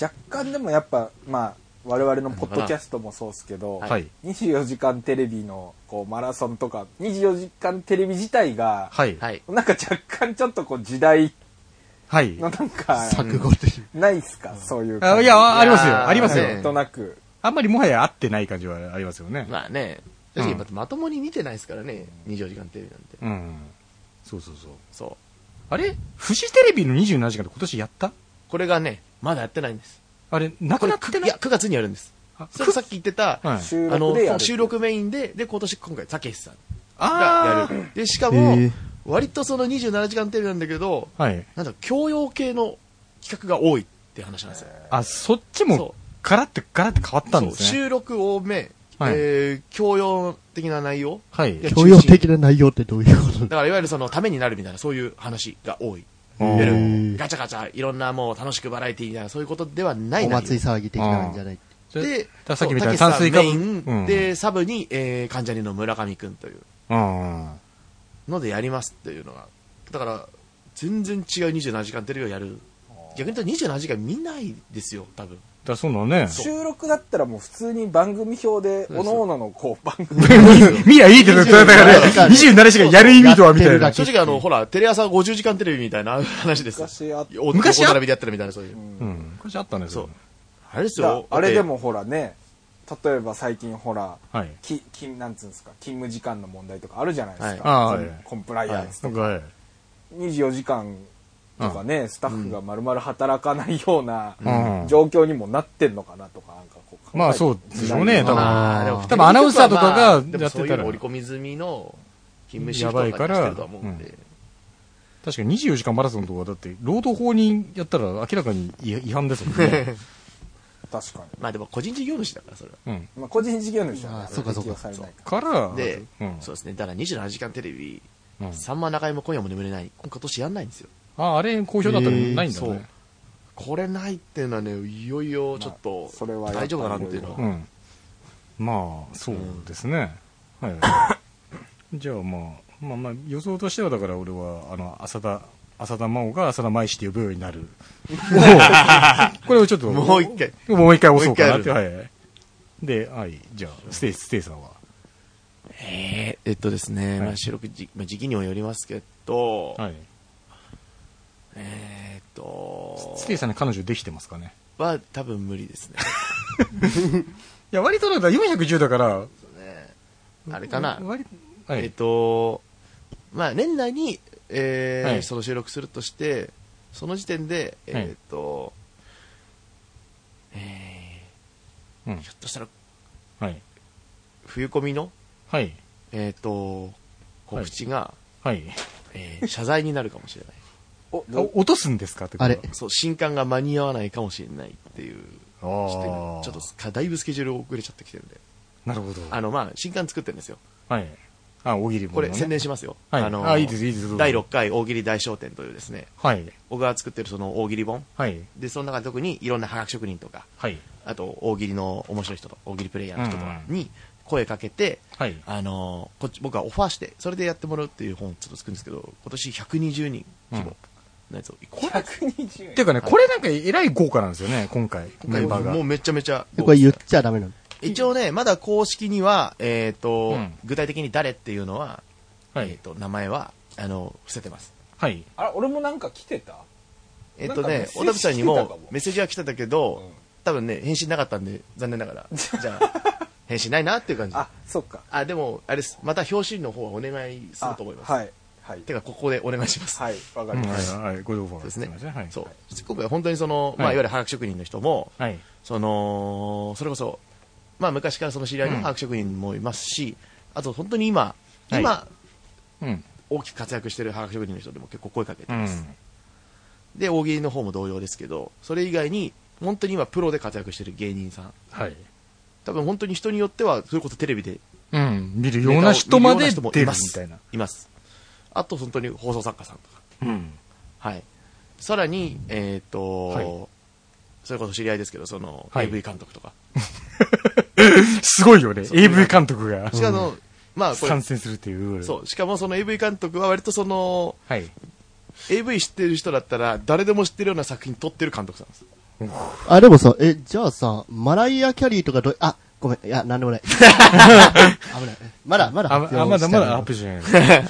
Speaker 3: 若干でもやっぱまあ我々のポッドキャストもそうですけど、
Speaker 1: はいはい
Speaker 3: 24時間テレビのこうマラソンとか24時間テレビ自体が、
Speaker 1: はい。
Speaker 2: はい。
Speaker 3: なんか若干ちょっとこう時代
Speaker 1: はい。
Speaker 3: のなんか
Speaker 4: 錯誤という。
Speaker 3: ないっすか、そういう
Speaker 1: あい
Speaker 3: な
Speaker 1: や、あります
Speaker 2: い
Speaker 1: よ。
Speaker 2: やー
Speaker 1: あります
Speaker 2: ね
Speaker 1: よ。
Speaker 3: んとなく
Speaker 1: あんまりもはや合ってない感じはありますよね。
Speaker 2: まあね、確かにまたまともに見てないですからね、24時間テレビなんて。
Speaker 1: うん。そうそうそう。
Speaker 2: そう。
Speaker 1: あれフジテレビの27時間って今年やった
Speaker 2: これがね、まだやってないんです。
Speaker 1: あれ、な
Speaker 2: こ
Speaker 1: く
Speaker 2: れ、
Speaker 1: なって
Speaker 2: く
Speaker 1: ない
Speaker 2: いや、9月にやるんです。
Speaker 1: あ
Speaker 2: それさっき言ってた、
Speaker 1: はい
Speaker 3: 収
Speaker 2: あ
Speaker 3: 録でや
Speaker 2: の、
Speaker 3: る
Speaker 2: 収録メインで、で、今年今回、たけしさん
Speaker 1: あ
Speaker 2: が
Speaker 1: ー
Speaker 2: やる。で、しか
Speaker 4: へ
Speaker 2: も
Speaker 4: ー、
Speaker 2: 割とその27時間テレビなんだけど、
Speaker 1: はい。
Speaker 2: なんだ、教養系の企画が多いって話なんですよ。
Speaker 1: あ、そっち
Speaker 2: そ
Speaker 1: も、ガラッて、ガラッて変わったん
Speaker 2: そう
Speaker 1: ですね。
Speaker 2: 収録多め、
Speaker 1: はい
Speaker 2: えー教養的な内容。
Speaker 1: はい。
Speaker 2: いや
Speaker 4: 教養的な内容ってどういうこと
Speaker 2: だからいわゆるそのためになるみたいな、そういう話が多い。
Speaker 1: お
Speaker 2: いわゆる
Speaker 1: ー
Speaker 2: ガチャガチャ、いろんなもう楽しくバラエティーみたいな、そういうことではない内
Speaker 4: お
Speaker 2: 容
Speaker 4: 祭り騒ぎ的なんじゃない。
Speaker 1: それ
Speaker 2: で
Speaker 1: だか、らさっきみたいに
Speaker 2: そう
Speaker 1: 炭水化物
Speaker 2: たけしさんメイン、
Speaker 1: うん
Speaker 2: で、サブに、えー、関ジャニの村上くんという
Speaker 1: うん。
Speaker 2: のでやりますっていうのが。だから、全然違う27時間テレビをやる。逆に言うと27時間見ないですよ、多分。
Speaker 1: だからそうなのね。
Speaker 3: 収録だったらもう普通に番組表で
Speaker 2: そう
Speaker 3: 各
Speaker 2: そう
Speaker 3: 々のこう番組
Speaker 1: 見りゃいいけど、それだからね、27時間やる意味とはみたい
Speaker 4: や
Speaker 1: な
Speaker 4: っ。て
Speaker 2: 正直あの、ほら、テレ朝50時間テレビみたいな話です。
Speaker 3: 昔あっ
Speaker 2: お
Speaker 1: 昔あっ
Speaker 2: 横並びでやってるみたいな、そういう。
Speaker 1: うん。昔あったね、
Speaker 2: そう。あれです
Speaker 3: た
Speaker 2: よ。
Speaker 3: あれでもほらね例えば最近ほら
Speaker 1: はい。
Speaker 3: ききなんつうんですか勤務時間の問題とかあるじゃないですか、
Speaker 1: はいあー
Speaker 3: その
Speaker 1: はい
Speaker 3: コンプライアンスと
Speaker 1: なん
Speaker 3: か、
Speaker 1: か、はい。
Speaker 3: 24時間とかね、スタッフがまるまる働かないような
Speaker 1: うん
Speaker 3: 状況にもなってんのかなとかなんかこう
Speaker 1: まあそうでしょうね、多分。
Speaker 2: まあ、
Speaker 4: あー
Speaker 2: でも
Speaker 1: 多分アナウンサーとかが
Speaker 2: まあでもそう
Speaker 1: やってた
Speaker 2: い
Speaker 1: ら
Speaker 2: う織り込み済みの勤務シフトとかにしてるとは思うん
Speaker 1: やばい
Speaker 2: で。
Speaker 1: 確かに24時間マラソンとかだって、労働法にやったら明らかに違反ですもん ね。
Speaker 3: 確か
Speaker 2: まあでも個人事業主だから、それは。
Speaker 1: うん。
Speaker 3: に、まあ、個人事業主は
Speaker 4: あ
Speaker 3: ね
Speaker 4: ーそうかそう
Speaker 3: 適
Speaker 4: か
Speaker 3: 用されない
Speaker 1: か
Speaker 3: か
Speaker 1: ら、
Speaker 2: で、
Speaker 1: うん。
Speaker 2: そうですね。だから27時間テレビ、
Speaker 1: うん
Speaker 2: さんま中居も今夜も眠れない。今今年やんないんですよ。
Speaker 1: あ、あれ、好評だったらないんだ
Speaker 2: そう
Speaker 1: ね。。
Speaker 2: これないっていうのはね、いよいよちょっ
Speaker 3: ま
Speaker 2: と
Speaker 3: あそれはやっぱ
Speaker 2: 大丈夫かなっていうの
Speaker 3: い
Speaker 2: は
Speaker 3: ろ
Speaker 1: う。ん。まあ、そうですね。はい。 じゃあまあ、まあまあ、予想としてはだから俺は、あの、浅田、浅田真央が浅田舞師って呼ぶようにな る。これをちょっと。
Speaker 2: もう一回。
Speaker 1: もう一回押そうかなって。
Speaker 2: もう
Speaker 1: はい。で、はい。じゃあ、ステイ、ステイさんは。
Speaker 2: えーえっとですね、まあ収録時、まあ、時期にもよりますけど、
Speaker 1: はい。
Speaker 2: えーっと、
Speaker 1: ステイさんに彼女できてますかね。
Speaker 2: は多分無理ですね。
Speaker 1: いや、割とだから410だから、
Speaker 2: ねあれかな。
Speaker 1: 割は
Speaker 2: えっ
Speaker 1: い。
Speaker 2: と、まあ、年内に、えー
Speaker 1: はい
Speaker 2: その収録するとして、その時点で、え
Speaker 1: はい
Speaker 2: ーっと、え
Speaker 1: うん
Speaker 2: ー、ひょっとしたら
Speaker 1: はい。
Speaker 2: 冬込みの、
Speaker 1: はい。
Speaker 2: えーっと、告知が、
Speaker 1: はい。
Speaker 2: えー謝罪になるかもしれない。
Speaker 3: お
Speaker 1: あ落とすんですかってこと
Speaker 4: あれ
Speaker 2: そう、新刊が間に合わないかもしれないっていう、
Speaker 1: あ
Speaker 2: ちょ
Speaker 1: ー
Speaker 2: っと、かだいぶスケジュール遅れちゃってきてるんで。
Speaker 1: なるほど。
Speaker 2: あの、まあ、新刊作ってるんですよ。
Speaker 1: はい。あ、大喜利も。
Speaker 2: これ宣伝
Speaker 1: し
Speaker 2: しますよ。
Speaker 1: はい
Speaker 2: あの
Speaker 1: あいいですいいですどうぞ
Speaker 2: 第6回大喜利大商店というですね、
Speaker 1: はい。
Speaker 2: 小川作ってるその大喜利本。
Speaker 1: はい。
Speaker 2: で、その中で特にいろんなハガキ職人とか、
Speaker 1: はい。
Speaker 2: あと大喜利の面白い人と、大喜利プレイヤーの人とか
Speaker 1: うん
Speaker 2: に声かけて、
Speaker 1: はい。
Speaker 2: あのーこっち僕はオファーして、それでやってもらうっていう本をちょっと作るんですけど、今年120人規模のやつを、これ
Speaker 3: 120
Speaker 1: っていうかね、これなんか偉い豪華なんですよね、今回。メン
Speaker 2: 今
Speaker 1: バー
Speaker 2: 回もう
Speaker 1: が。
Speaker 2: めちゃめちゃ
Speaker 4: えこれ言っちゃダメなの。
Speaker 2: 一応ね、まだ公式には、えっ、と、
Speaker 1: うん
Speaker 2: 具体的に誰っていうのは、
Speaker 1: は
Speaker 2: えっ、
Speaker 1: い。
Speaker 2: と、名前は、あの、伏せてます。
Speaker 1: はい。
Speaker 3: あれ俺もなんか来てた
Speaker 2: えっ、と
Speaker 3: なん
Speaker 2: ね
Speaker 3: か、メッセージ
Speaker 2: 小田部さんに
Speaker 3: 来てたか
Speaker 2: も
Speaker 3: も
Speaker 2: メッセージは来てたけど、
Speaker 3: うん
Speaker 2: 多分ね、返信なかったんで、残念ながら。じゃあ、返信ないなっていう感じ。
Speaker 3: あそっか
Speaker 2: あ、でも、あれです。また表紙の方はお願いすると思います。
Speaker 3: あはいはい
Speaker 2: てか、ここでお願いします。
Speaker 3: はいわか
Speaker 1: う
Speaker 3: り
Speaker 1: ん
Speaker 3: ま
Speaker 1: は
Speaker 3: した、
Speaker 1: い。はい。ご同行
Speaker 2: そうですね。
Speaker 1: はい。
Speaker 2: そう。今回本当にその、まあ、
Speaker 1: はい
Speaker 2: いわゆる把握職人の人も、
Speaker 1: はい。
Speaker 2: その、それこそ、まあ、昔からその知り合いの把握職人もいますし、あと本当に今、
Speaker 1: はい
Speaker 2: 今、
Speaker 1: うん。
Speaker 2: 大きく活躍してる把握職人の人でも結構声かけて
Speaker 1: う
Speaker 2: ます。
Speaker 1: ん。
Speaker 2: で、大喜利の方も同様ですけど、それ以外に、本当に今、プロで活躍してる芸人さん。
Speaker 1: はい。
Speaker 2: 多分本当に人によっては、それこそテレビで
Speaker 1: うん。見るような人まで
Speaker 2: ネ
Speaker 1: 出
Speaker 2: タ
Speaker 1: るみ
Speaker 2: を見るような人もいます
Speaker 1: たいな。
Speaker 2: います。あと、本当に放送作家さんとか。
Speaker 1: うん。
Speaker 2: はい。さらに、えっ、と、
Speaker 1: はい
Speaker 2: それこそ知り合いですけど、その、
Speaker 1: はい
Speaker 2: AV 監督とか。
Speaker 1: すごいよね。
Speaker 2: そう
Speaker 1: AV 監督が。
Speaker 2: しかも、まあこ
Speaker 1: 参
Speaker 2: れ
Speaker 1: 戦するっていう。
Speaker 2: そうしかもその AV 監督は割とその
Speaker 1: はい。
Speaker 2: AV 知ってる人だったら誰でも知ってるような作品撮ってる監督さんです
Speaker 4: あ、でもさ、え、じゃあさ、マライア・キャリーとかど、あ、ごめん、いや、なんで もない。危ない。まだ、まだ
Speaker 1: あ、
Speaker 4: 発表したいな、
Speaker 1: あまだまだアップじゃない。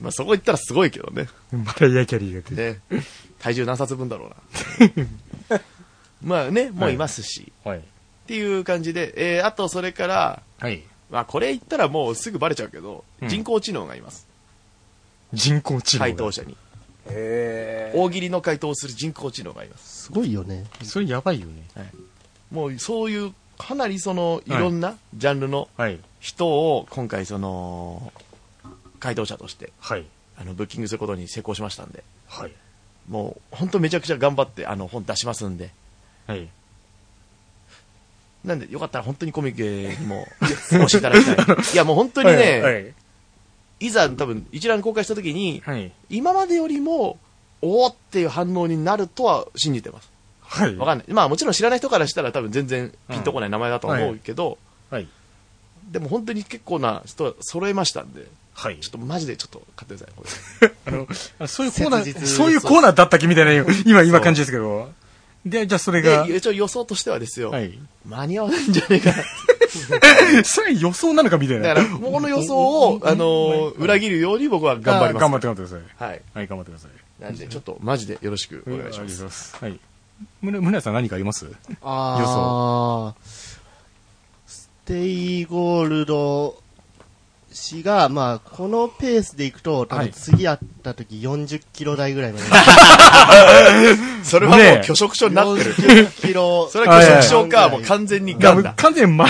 Speaker 2: まあそこ行ったらすごいけどね
Speaker 1: マライア・キャリーが出て。
Speaker 2: ね体重何冊分だろうな まあねもういますし、っ
Speaker 1: はい。
Speaker 2: ていう感じで、えーあとそれから、
Speaker 1: はい。
Speaker 2: まあ、これ言ったらもうすぐバレちゃうけど、
Speaker 1: うん
Speaker 2: 人工知能がいます
Speaker 1: 人工知能。
Speaker 2: 回答者に
Speaker 3: へえ
Speaker 2: 大喜利の回答をする人工知能がいます
Speaker 4: すごいよね。
Speaker 1: それやばいよね。
Speaker 2: もうそういうかなりそのいろんなジャンルの
Speaker 1: はい。
Speaker 2: 人を今回その回答者として
Speaker 1: はい。
Speaker 2: あのブッキングすることに成功しましたんで
Speaker 1: はい。
Speaker 2: もう本当めちゃくちゃ頑張ってあの本出しますんで
Speaker 1: はい。
Speaker 2: なんでよかったら本当にコミケにも お越しいただきたいいやもう本当にね、
Speaker 1: はい。
Speaker 2: い、ざ多分一覧公開した時に
Speaker 1: はい。
Speaker 2: 今までよりもおおっていう反応になるとは信じてます
Speaker 1: はい。
Speaker 2: わかんないまあもちろん知らない人からしたら多分全然ピンとこない名前だと思うけど、
Speaker 1: はい。
Speaker 2: でも本当に結構な人揃えましたんで
Speaker 1: はい
Speaker 2: ちょっとマジでちょっと買ってくださいこれ
Speaker 1: あの、あそういうコーナ
Speaker 2: 切
Speaker 1: ー、
Speaker 2: 実
Speaker 1: そういうコーナーだったっけみたいな、今、今感じですけど。で、じゃあそれが、
Speaker 2: で一応予想としてはですよ、
Speaker 1: はい。
Speaker 2: 間に合わないんじゃねえかな
Speaker 1: それ予想なのかみたいな。
Speaker 2: だからもうこの予想を、あのー裏切るように僕は頑張ります
Speaker 1: 頑張って頑張ってください。
Speaker 2: はい
Speaker 1: はい、頑張ってください。
Speaker 2: なんでちょっとマジでよろしくお願いし
Speaker 1: あ
Speaker 2: ま
Speaker 1: りがとうご
Speaker 2: す
Speaker 1: ざいます。はい。むね、むねさん何かあります
Speaker 4: あーステイゴールド氏が、まあ、このペースでいくと、多
Speaker 1: は
Speaker 4: 分
Speaker 1: い
Speaker 4: 次会った時40キロ台ぐらいまで。
Speaker 2: それは
Speaker 1: ね
Speaker 2: も
Speaker 1: え
Speaker 2: う拒食症になってる
Speaker 4: 40キロ。
Speaker 2: それは拒食
Speaker 1: あ
Speaker 2: 症かもう完全に
Speaker 1: だか
Speaker 2: ガン
Speaker 1: ら
Speaker 2: だ
Speaker 1: 完全にマ、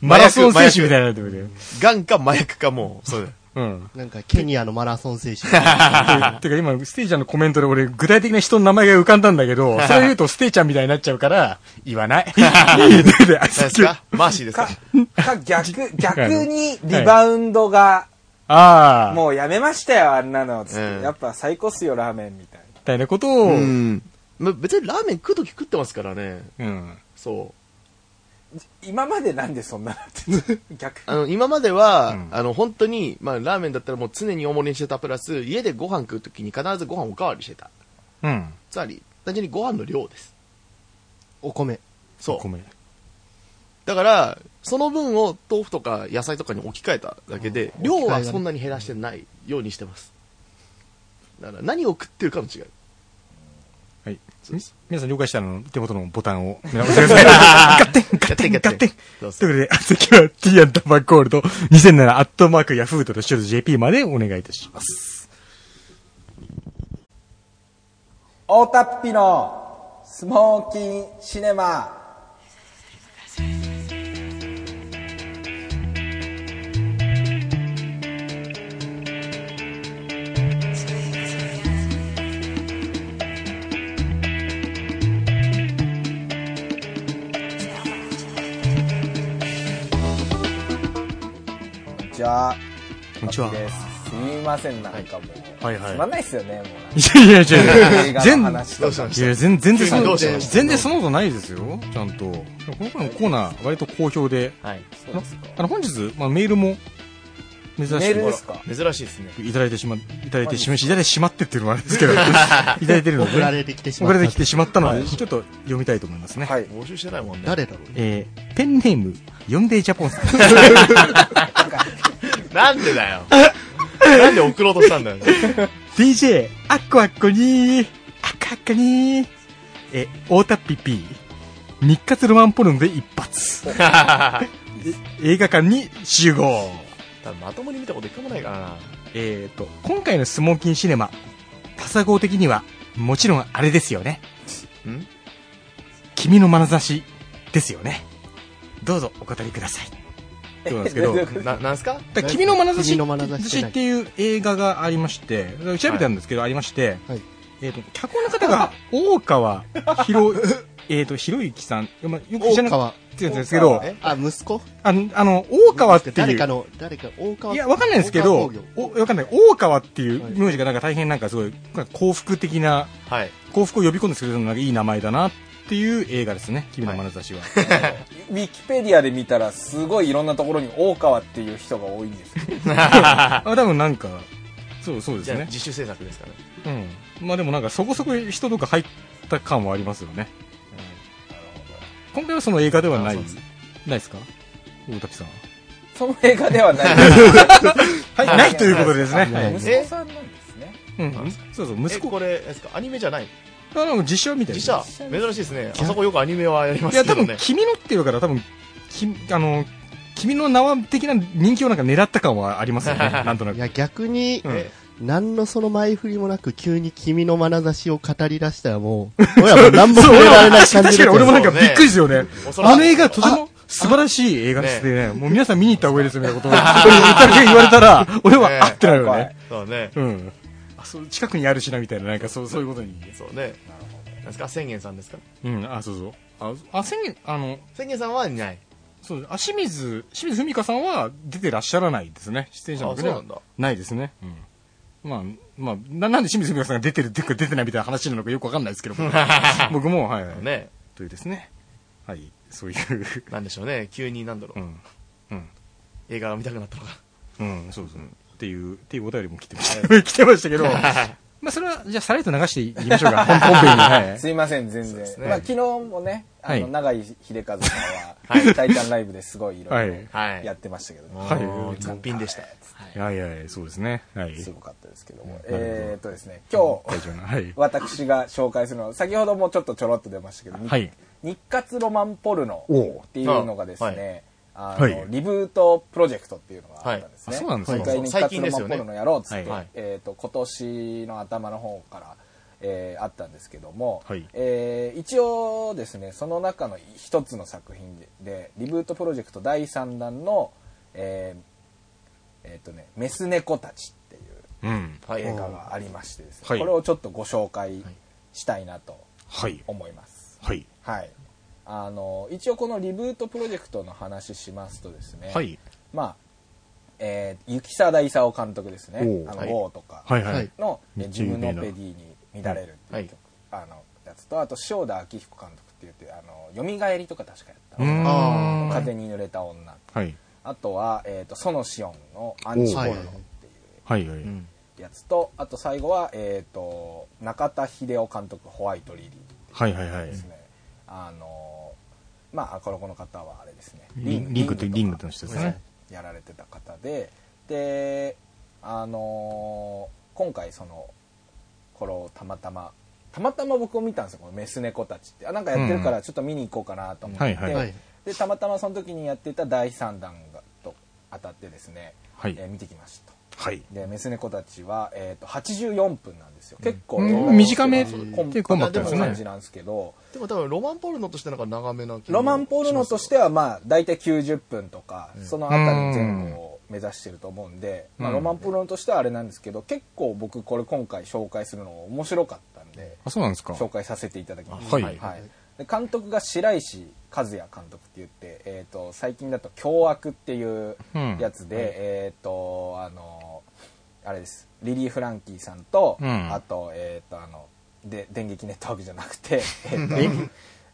Speaker 1: マラソン選手みたいになってくる。
Speaker 2: ガンか麻薬かもうそうだ
Speaker 1: うん。
Speaker 4: なんか、ケニアのマラソン選手。
Speaker 1: てか今、ステイちゃんのコメントで俺、具体的な人の名前が浮かんだんだけ ど、それ言うとステイちゃんみたいになっちゃうから、言わ ない。でであ
Speaker 2: 何 ですかマーシーです
Speaker 3: か
Speaker 2: か
Speaker 3: か逆逆にリバウンドが
Speaker 1: ああ、
Speaker 3: もうやめましたよあんなのつって、
Speaker 2: うん
Speaker 3: やっぱ最高っすよラーメンみたいな
Speaker 1: みたいなことを、
Speaker 2: う
Speaker 1: うん。
Speaker 2: んまあ別にラーメン食う時食ってますからねそう
Speaker 3: 今までなんでそんな なって た逆
Speaker 2: あの、今までは、
Speaker 1: うん
Speaker 2: あの、本当に、まあ、ラーメンだったらもう常に大盛りにしてたプラス、家でご飯食うときに必ずご飯おかわりしてた。
Speaker 1: うん。
Speaker 2: つまり、単純にご飯の量です。
Speaker 4: お米。
Speaker 2: そ
Speaker 1: ご
Speaker 2: う。
Speaker 1: めん。
Speaker 2: だから、その分を豆腐とか野菜とかに置き換えただけで、
Speaker 4: うん
Speaker 2: 量
Speaker 4: 置き換え
Speaker 2: は
Speaker 4: がね
Speaker 2: そんなに減らしてないようにしてます。だから、何を食ってるかの違い。
Speaker 1: はい。
Speaker 2: そうです
Speaker 1: 皆さん了解したらあの、手元のボタンを。皆さん押してくださ いガッテンガッテンガッテン
Speaker 2: そうそ
Speaker 1: という
Speaker 2: う
Speaker 1: ことで、あずきは t アンダーバーゴールド2007アットマークヤフードとシューズ JP までお願いいたします。
Speaker 3: 大田っぴのスモーキンシネマじゃあ
Speaker 1: こんにちは。い
Speaker 3: ですすみませんなんかもう、
Speaker 1: はいはい
Speaker 3: つまんないっすよねもう
Speaker 1: やいやいや
Speaker 3: 映
Speaker 1: いや、
Speaker 3: 画の
Speaker 1: 全、い
Speaker 3: 話とか
Speaker 1: や、全全然そ
Speaker 2: ど
Speaker 1: の、
Speaker 2: うした
Speaker 1: 全然そのことないですよ。ちゃんと。この回のコーナー、割と好評で。
Speaker 2: はい。
Speaker 3: そうですか
Speaker 1: あの、本日、まあ、メールも、珍し
Speaker 3: メール
Speaker 1: く
Speaker 3: ですか
Speaker 2: 珍しいですね。
Speaker 1: いただいてしま、いただいてしま、いただいてしまってっていうのもあれです けど、いただいてるので、
Speaker 4: 送られてきてしまっ
Speaker 1: 送
Speaker 4: た
Speaker 1: ら れてきてしまったので、ちょっと読みたいと思いますね。
Speaker 3: はい
Speaker 2: 募集してないもんね。
Speaker 4: 誰だろうね。
Speaker 1: えー、ペンネーム、ヨンデイジャポンさん。
Speaker 2: なんでだよ。なんで送ろうとしたんだよ。
Speaker 1: DJ、アッコアッコにー、アッコアッコにー、え、大田ピピー、日活ロマンポルノで一発、え映画館に集合。
Speaker 2: 多分まともに見たこと一回もないからな。
Speaker 1: えーと、今回のスモーキンシネマ、パサ号的には、もちろんあれですよね。
Speaker 2: ん
Speaker 1: 君の眼差しですよね。どうぞお語りください。どうなんですけど、
Speaker 3: え
Speaker 1: だか
Speaker 2: な、なんすから
Speaker 1: 君の眼差し
Speaker 4: 君の眼差しって何
Speaker 1: っていう映画がありまして、調べたんですけど、ありまして、
Speaker 4: はい
Speaker 1: えーと、脚本の方が、大川 広、えーと、ひろゆきさん、まあよく知ら
Speaker 4: 大
Speaker 1: なく
Speaker 4: 川。
Speaker 1: てるんですけど
Speaker 2: 大川、ね
Speaker 4: あ、息子
Speaker 1: あの、あの大川ってい
Speaker 4: 誰
Speaker 1: う
Speaker 4: か、の、誰か、大川。
Speaker 1: いや、わかんないんですけど
Speaker 4: 大川工、
Speaker 1: おわかんない。大川っていう名字がなんか大変なんかすごい、なんか幸福的な、
Speaker 2: はい。
Speaker 1: 幸福を呼び込んでくれるのがいい名前だなっっていう映画ですね、君の眼差しは。
Speaker 3: ウィキペディアで見たらすごいいろんなところに大川っていう人が多いん ですよ
Speaker 1: あ、多分なんか、そう、そうで
Speaker 2: じ
Speaker 1: す
Speaker 2: ゃあ
Speaker 1: ね。
Speaker 2: 自主制作ですから
Speaker 1: うん。まあでもなんかそこそこ人とか入った感はありますよね。今回はその映画ではない、
Speaker 2: あ
Speaker 1: ないう
Speaker 2: そです
Speaker 1: ですか大滝さん。
Speaker 3: その映画ではない
Speaker 1: はい、
Speaker 3: はい
Speaker 1: ないということですね。
Speaker 4: は
Speaker 1: はいい。
Speaker 3: 息子さんなんですね
Speaker 1: うん
Speaker 2: はい。
Speaker 1: そうそう、息
Speaker 2: え
Speaker 1: 子。
Speaker 2: これあれですかアニメじゃない
Speaker 1: あの、実写みたいな。
Speaker 2: 自社
Speaker 3: 実写
Speaker 2: 珍しいですねあそこよくアニメはやりま
Speaker 1: い
Speaker 2: す
Speaker 1: や、
Speaker 2: け
Speaker 1: 多
Speaker 2: ど
Speaker 1: 分
Speaker 2: ね、
Speaker 1: 君のっていうから、多分、き、あの、君の名は的な人気をなんか狙った感はありますよね。なんとないく。
Speaker 4: や、逆に、
Speaker 1: うん
Speaker 2: え
Speaker 4: 何のその前振りもなく、急に君の眼差しを語り出したらもう、俺はもう何も触れられない感じ
Speaker 1: 確かに俺もなんか
Speaker 2: そう
Speaker 1: び
Speaker 2: ね
Speaker 1: っくりですよね。
Speaker 2: 恐ろしい
Speaker 1: あの映画とても素晴らしい映画ですね。もう皆さん見に行った方がいいですよみたいなことを、俺に言われたら、俺は
Speaker 2: ね
Speaker 1: あってなるよ
Speaker 3: 怖
Speaker 1: ね
Speaker 3: い。
Speaker 2: そうね
Speaker 1: うん。あ、そう、近くにあるしなみたいな、なんかそう、そういうことに。
Speaker 2: そうねなんですか千元さんですか
Speaker 1: うん、あ、そうそう。あ、あ、千言、あの、
Speaker 2: 千元さんはいない
Speaker 1: そう、あ、清水、清水文香さんは出てらっしゃらないですね。出演者の
Speaker 2: あ
Speaker 1: 中
Speaker 2: そう
Speaker 1: で
Speaker 2: な
Speaker 1: は
Speaker 2: んだ
Speaker 1: ないですね。うん。まあ、まあ、ななんで清水文香さんが出てるっていうか出てないみたいな話なのかよくわかんないですけど、僕 僕も、はい、はい。
Speaker 2: ね
Speaker 1: というですね。はい、そういう。
Speaker 2: なんでしょうね急になんだろ
Speaker 1: う。
Speaker 2: うん
Speaker 1: うん。
Speaker 2: 映画が見たくなったのか
Speaker 1: うん、そうそう。っていう、っていうお便りも来てました。 来てましたけど、まあそれは、じゃあさらりと流していきましょうか。本本編に。 はい。
Speaker 3: すいません全然、
Speaker 2: ね
Speaker 3: まあ、昨日もねあ
Speaker 1: は
Speaker 3: の
Speaker 1: い
Speaker 3: 永井秀和さんは「タイタンライブ」ですごいいろ
Speaker 1: はいい。
Speaker 2: は
Speaker 3: ろ
Speaker 2: い
Speaker 3: やってましたけどね、
Speaker 1: はい
Speaker 2: もう絶品でした
Speaker 1: いやいやいや、そうですね。はい。
Speaker 3: すごかったですけども、
Speaker 1: ど
Speaker 3: えーっとですね今日
Speaker 1: 大丈夫な。はい。
Speaker 3: 私が紹介するのは先ほどもちょっとちょろっと出ましたけど、
Speaker 1: はい
Speaker 3: 日活ロマンポルノっていうのがですねあの、
Speaker 1: はい
Speaker 3: リブートプロジェクトっていうのがあったんですね、
Speaker 1: はいあそうなんですね
Speaker 3: 一回日
Speaker 2: 最
Speaker 3: 活
Speaker 2: 近
Speaker 3: ロ
Speaker 2: ですよ
Speaker 3: マンポ
Speaker 2: ね
Speaker 3: ルノやろうっつって、
Speaker 1: はい
Speaker 3: えー、と今年の頭の方から、えーあったんですけども、
Speaker 1: はい
Speaker 3: えー一応ですねその中の一つの作品でリブートプロジェクト第3弾のえーえーとね「メス猫たち」っていう
Speaker 1: うん。
Speaker 2: はい
Speaker 3: 映画がありましてですね、
Speaker 1: はい
Speaker 3: これをちょっとご紹介したいなと
Speaker 1: はい。
Speaker 3: 思います。
Speaker 1: はい。
Speaker 3: はい。あの一応このリブートプロジェクトの話しますとですね、
Speaker 1: はい。
Speaker 3: まあ、えー、雪貞勲監督ですね、あ
Speaker 1: おう
Speaker 3: の、
Speaker 2: はい。
Speaker 3: ゴーとか
Speaker 1: はい。は
Speaker 4: はいい。
Speaker 3: の、
Speaker 1: め
Speaker 3: え
Speaker 1: っ
Speaker 3: ジ
Speaker 1: ちゃ有
Speaker 3: ム
Speaker 1: 名な
Speaker 3: ノペディに乱れるっていう曲、あのやつと、あと塩田明彦監督って言って、あの蘇りとか確かやった、
Speaker 1: うーん
Speaker 4: あー
Speaker 3: 風に濡れた女、
Speaker 1: はい。
Speaker 3: あとは、えー、と園シオンのアンチポルノっていう。
Speaker 1: はい。はいう
Speaker 2: ん
Speaker 3: やつとあと最後は、えー、と中田秀夫監督「ホワイトリリー」
Speaker 1: はい。はい。はい
Speaker 3: です。ね、あのーまあこのこの方はあれですね
Speaker 1: リンリングとリングとの人ですね
Speaker 3: やられてた方でであのー今回そのこれをたまたまたまたま僕を見たんですよこのメス猫たちってあなんかやってるか
Speaker 1: う
Speaker 3: らちょっと見に行こうかなと思って、
Speaker 1: はいはい
Speaker 4: はい
Speaker 3: でたまたまその時にやってた第3弾がと当たってですね、
Speaker 1: はい
Speaker 3: えー見てきました
Speaker 1: はい。
Speaker 3: でメス猫たちは、えー、と84分なんですよ結構、
Speaker 1: うん
Speaker 3: 映画として
Speaker 1: 短
Speaker 3: は
Speaker 1: め
Speaker 3: コン
Speaker 1: っていうコンパクトですね
Speaker 3: 感じなんですけど
Speaker 2: でも多分ロマンポルノとしてなんか長めな気も
Speaker 3: ロマンポルノとしてはまあ大体90分とか、そのあたり前後を目指してると思うんで、まあ、
Speaker 1: うん
Speaker 3: ロマンポルノとしてはあれなんですけど結構僕これ今回紹介するの面白かったんで
Speaker 1: あ、そうなんですか。
Speaker 3: 紹介させていただきます
Speaker 1: はい
Speaker 3: で監督が白石和也監督って言って、えー、と最近だと「凶悪」っていうやつで、
Speaker 2: うんはい
Speaker 3: えっ、とあのあれですリリー・フランキーさんと、
Speaker 1: うん
Speaker 3: あとえっ、とあので電撃ネットワークじゃなく てえっ、と,、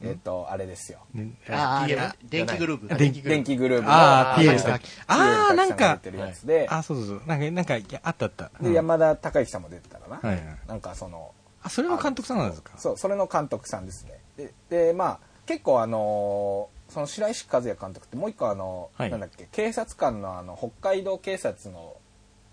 Speaker 3: えーとあれですよ
Speaker 1: ね
Speaker 4: あ
Speaker 2: いや
Speaker 4: あ、電気グループ。
Speaker 1: 電気
Speaker 3: 電気グループの
Speaker 1: ああ、
Speaker 2: ー
Speaker 1: PA
Speaker 2: はい
Speaker 1: で
Speaker 3: さ
Speaker 1: し
Speaker 3: ん
Speaker 1: た
Speaker 3: が
Speaker 1: っけああ、
Speaker 3: PA
Speaker 1: なん
Speaker 3: が
Speaker 1: か
Speaker 3: 出、てるやつで,、
Speaker 1: あそうそうそう。なんか、なんか、いやあったあった。う
Speaker 3: で
Speaker 1: ん
Speaker 3: 山田孝之さんも出てたかな、
Speaker 1: はいはい
Speaker 3: なんかその
Speaker 1: あ、それは監督さんなんですか
Speaker 3: そうそれの監督さんですねででまあ結構あのーその白石和也監督ってもう一個あの、
Speaker 1: はい
Speaker 3: なんだっけ警察官のあの北海道警察の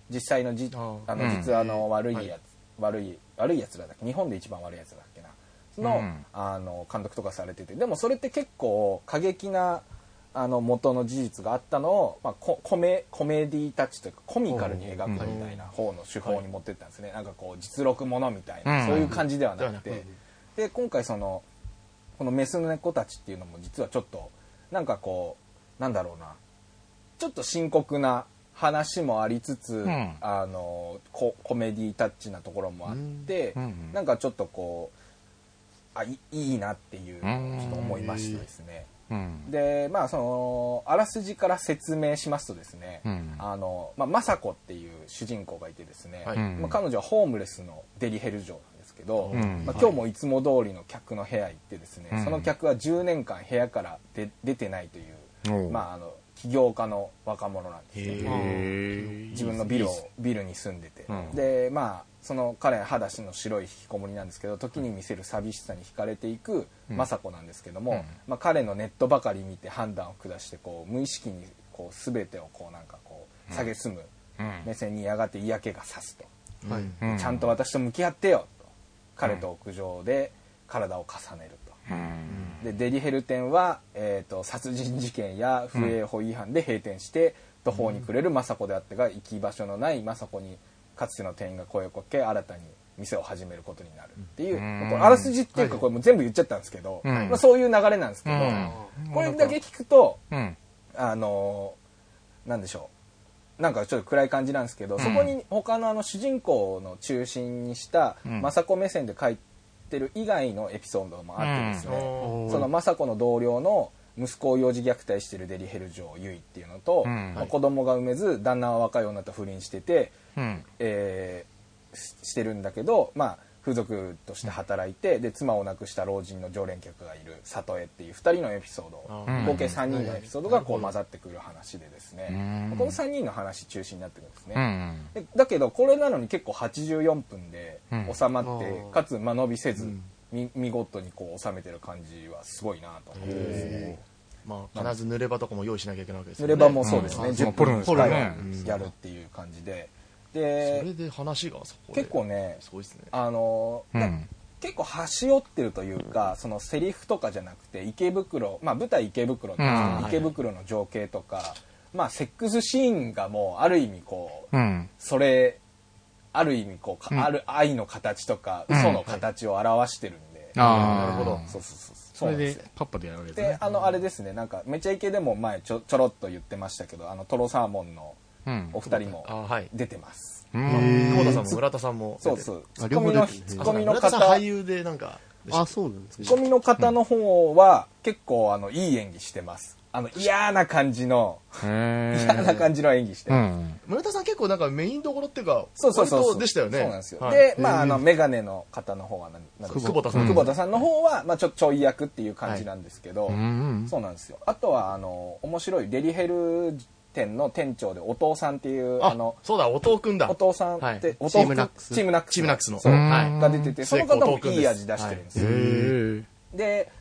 Speaker 3: 実際のじ
Speaker 2: あー
Speaker 3: あの
Speaker 1: うん
Speaker 3: 実はあの悪い
Speaker 2: はい
Speaker 3: やつ、悪い悪いやつらだっけ日本で一番悪いやつらだっけなその,、
Speaker 1: うん
Speaker 3: あの監督とかされててでもそれって結構過激なあの元の事実があったのを、まあ、ココメコメディタッチというかコミカルに描くみたいな方の手法に持ってったんですね、なんかこう実録ものみたい
Speaker 1: う
Speaker 3: な、
Speaker 1: ん
Speaker 3: そういう感じではなくて、
Speaker 2: ではなく
Speaker 3: で今回そのこのメスの猫たちっていうのも実はちょっとなんかこうなんだろうなちょっと深刻な話もありつつ、
Speaker 1: ん
Speaker 3: あのココメディタッチなところもあって、
Speaker 1: うんうん
Speaker 3: なんかちょっとこうあいいいなっていうのをちょっと思いましてですね、
Speaker 1: うん。
Speaker 3: でまあそのあらすじから説明しますとですね、
Speaker 1: うん
Speaker 3: あのまあ、政子っていう主人公がいてですね、
Speaker 2: はい
Speaker 1: うん
Speaker 3: まあ、彼女はホームレスのデリヘル嬢なんですけど、
Speaker 1: うん
Speaker 3: まあ、今日もいつも通りの客の部屋行ってですね、
Speaker 1: うん
Speaker 3: その客は10年間部屋から出出てないという、
Speaker 1: おう
Speaker 3: まあ、あの起業家の若者なんですね
Speaker 1: へ
Speaker 3: 自分のビルをビルに住んでて、
Speaker 1: うん
Speaker 3: でまあその彼裸足の白い引きこもりなんですけど時に見せる寂しさに惹かれていく
Speaker 1: うん
Speaker 3: 雅子なんですけども、
Speaker 1: うん
Speaker 3: まあ、彼のネットばかり見て判断を下してこう無意識にこう全てをこうなんかこう蔑む目線にやがて嫌気がさすと、
Speaker 2: はい
Speaker 1: うん
Speaker 3: ちゃんと私と向き合ってよと彼と屋上で体を重ねると。
Speaker 1: うん
Speaker 3: でデリヘル店は、えー、と殺人事件や不衛法違反で閉店して、途方に暮れる政子であってが行き場所のない政子にかつての店員が声をかけ新たに店を始めることになるっていう、
Speaker 1: うん
Speaker 3: まあこれあらすじっていうか
Speaker 2: はい
Speaker 3: これもう全部言っちゃったんですけど、
Speaker 1: うん
Speaker 3: まあ、そういう流れなんですけど、
Speaker 1: うん
Speaker 3: これだけ聞くと
Speaker 1: うん
Speaker 3: あのーなんでしょうなんかちょっと暗い感じなんですけど、そこに他のあの主人公の中心にした
Speaker 1: うん
Speaker 3: 政子目線で書いてる以外のエピソードもあってですね、
Speaker 2: おー
Speaker 3: その政子の同僚の息子を幼児虐待してるデリヘル嬢ユイっていうのと、
Speaker 1: うん
Speaker 3: まあ子供が産めず旦那は若い女と不倫してて、
Speaker 1: うん
Speaker 3: えーししてるんだけど、まあ、風俗として働いてで妻を亡くした老人の常連客がいる里江っていう2人のエピソード
Speaker 2: あー
Speaker 3: 合計3人のエピソードがこう混ざってくる話でですね、
Speaker 1: うん
Speaker 3: この3人の話中心になってくるんですね。
Speaker 1: うん
Speaker 3: でだけどこれなのに結構84分で
Speaker 1: うん
Speaker 3: 収まって、
Speaker 2: あー
Speaker 3: かつ間延びせず、
Speaker 4: うん
Speaker 3: み見事にこう収めてる感じはすごいなと思ってですね
Speaker 2: へーまあ、必ず濡れ場とかも用意しなきゃいけないわけですよ
Speaker 3: 濡れ場もそうですね、
Speaker 1: うん
Speaker 3: 10
Speaker 1: ポルノ
Speaker 3: 分
Speaker 1: です
Speaker 3: く
Speaker 1: からら
Speaker 3: い
Speaker 1: ね
Speaker 3: やるっていう感じで
Speaker 2: そ
Speaker 3: で
Speaker 2: れで話がそこで
Speaker 3: 結構ね
Speaker 2: すごいですね
Speaker 3: あの、
Speaker 1: う
Speaker 3: なん結構端折ってるというかそのセリフとかじゃなくて池袋まあ舞台池袋なんですけど
Speaker 2: うん
Speaker 3: 池袋の情景とか、まあセックスシーンがもうある意味こう
Speaker 1: うん
Speaker 3: それある意味こうか、
Speaker 1: うん
Speaker 3: ある愛の形とか
Speaker 1: うん
Speaker 3: 嘘の形を表してるんで、
Speaker 1: あー
Speaker 2: なるほど
Speaker 3: そうそうそうそ
Speaker 1: そうれ
Speaker 3: なんです
Speaker 1: で
Speaker 3: よ
Speaker 1: パッパでやるわけです
Speaker 3: で
Speaker 1: ね
Speaker 3: あのあれですねなんか「めちゃイケ」でも前ちょちょろっと言ってましたけどあのトロサーモンの
Speaker 1: うん
Speaker 3: お二人も
Speaker 2: あーはい
Speaker 3: 出てます、
Speaker 1: うん
Speaker 4: へー
Speaker 2: 久保田さんも村田さんも
Speaker 3: そうそうツ
Speaker 4: あ
Speaker 3: ッ
Speaker 4: 両
Speaker 3: コ
Speaker 4: 方
Speaker 3: ミの
Speaker 4: 出てる
Speaker 3: ツ
Speaker 2: あ
Speaker 3: ッコ
Speaker 2: そうだ
Speaker 3: ミの
Speaker 2: 村田さん
Speaker 3: 方
Speaker 2: 俳優でなんかでした
Speaker 4: あ、そうなんです
Speaker 3: ツ
Speaker 4: ね
Speaker 3: ッコ。ミの方の方は結構あのいい演技してますあの嫌な感じの
Speaker 1: へ
Speaker 3: 嫌
Speaker 1: ー
Speaker 3: な感じの演技して
Speaker 1: う
Speaker 3: ます、
Speaker 1: ん
Speaker 2: 村田さん結構なんかメインどころっていうか
Speaker 3: そうそうそう
Speaker 2: 割
Speaker 3: そ
Speaker 2: と
Speaker 3: う
Speaker 2: でしたよね
Speaker 3: そうなんですよ、
Speaker 2: はい
Speaker 3: でまああの眼鏡の方の方は何何でし
Speaker 2: 久
Speaker 3: た
Speaker 2: 保田さん
Speaker 3: 久保田さんの方は、まあ、ちょちょい役っていう感じなんですけど、
Speaker 1: うん
Speaker 3: そうなんですよあとはあの面白いデリヘル店の店長でお父さんっていうあ
Speaker 2: あ
Speaker 3: の
Speaker 2: そうだお父くんだ
Speaker 3: お父さんって、
Speaker 2: はい
Speaker 3: お父
Speaker 4: チームナックス
Speaker 3: チームナックス
Speaker 2: チームナックスの
Speaker 3: そう
Speaker 1: うん
Speaker 2: はい
Speaker 3: が出ててその方もいい味出してるんですよ、
Speaker 1: へ
Speaker 3: で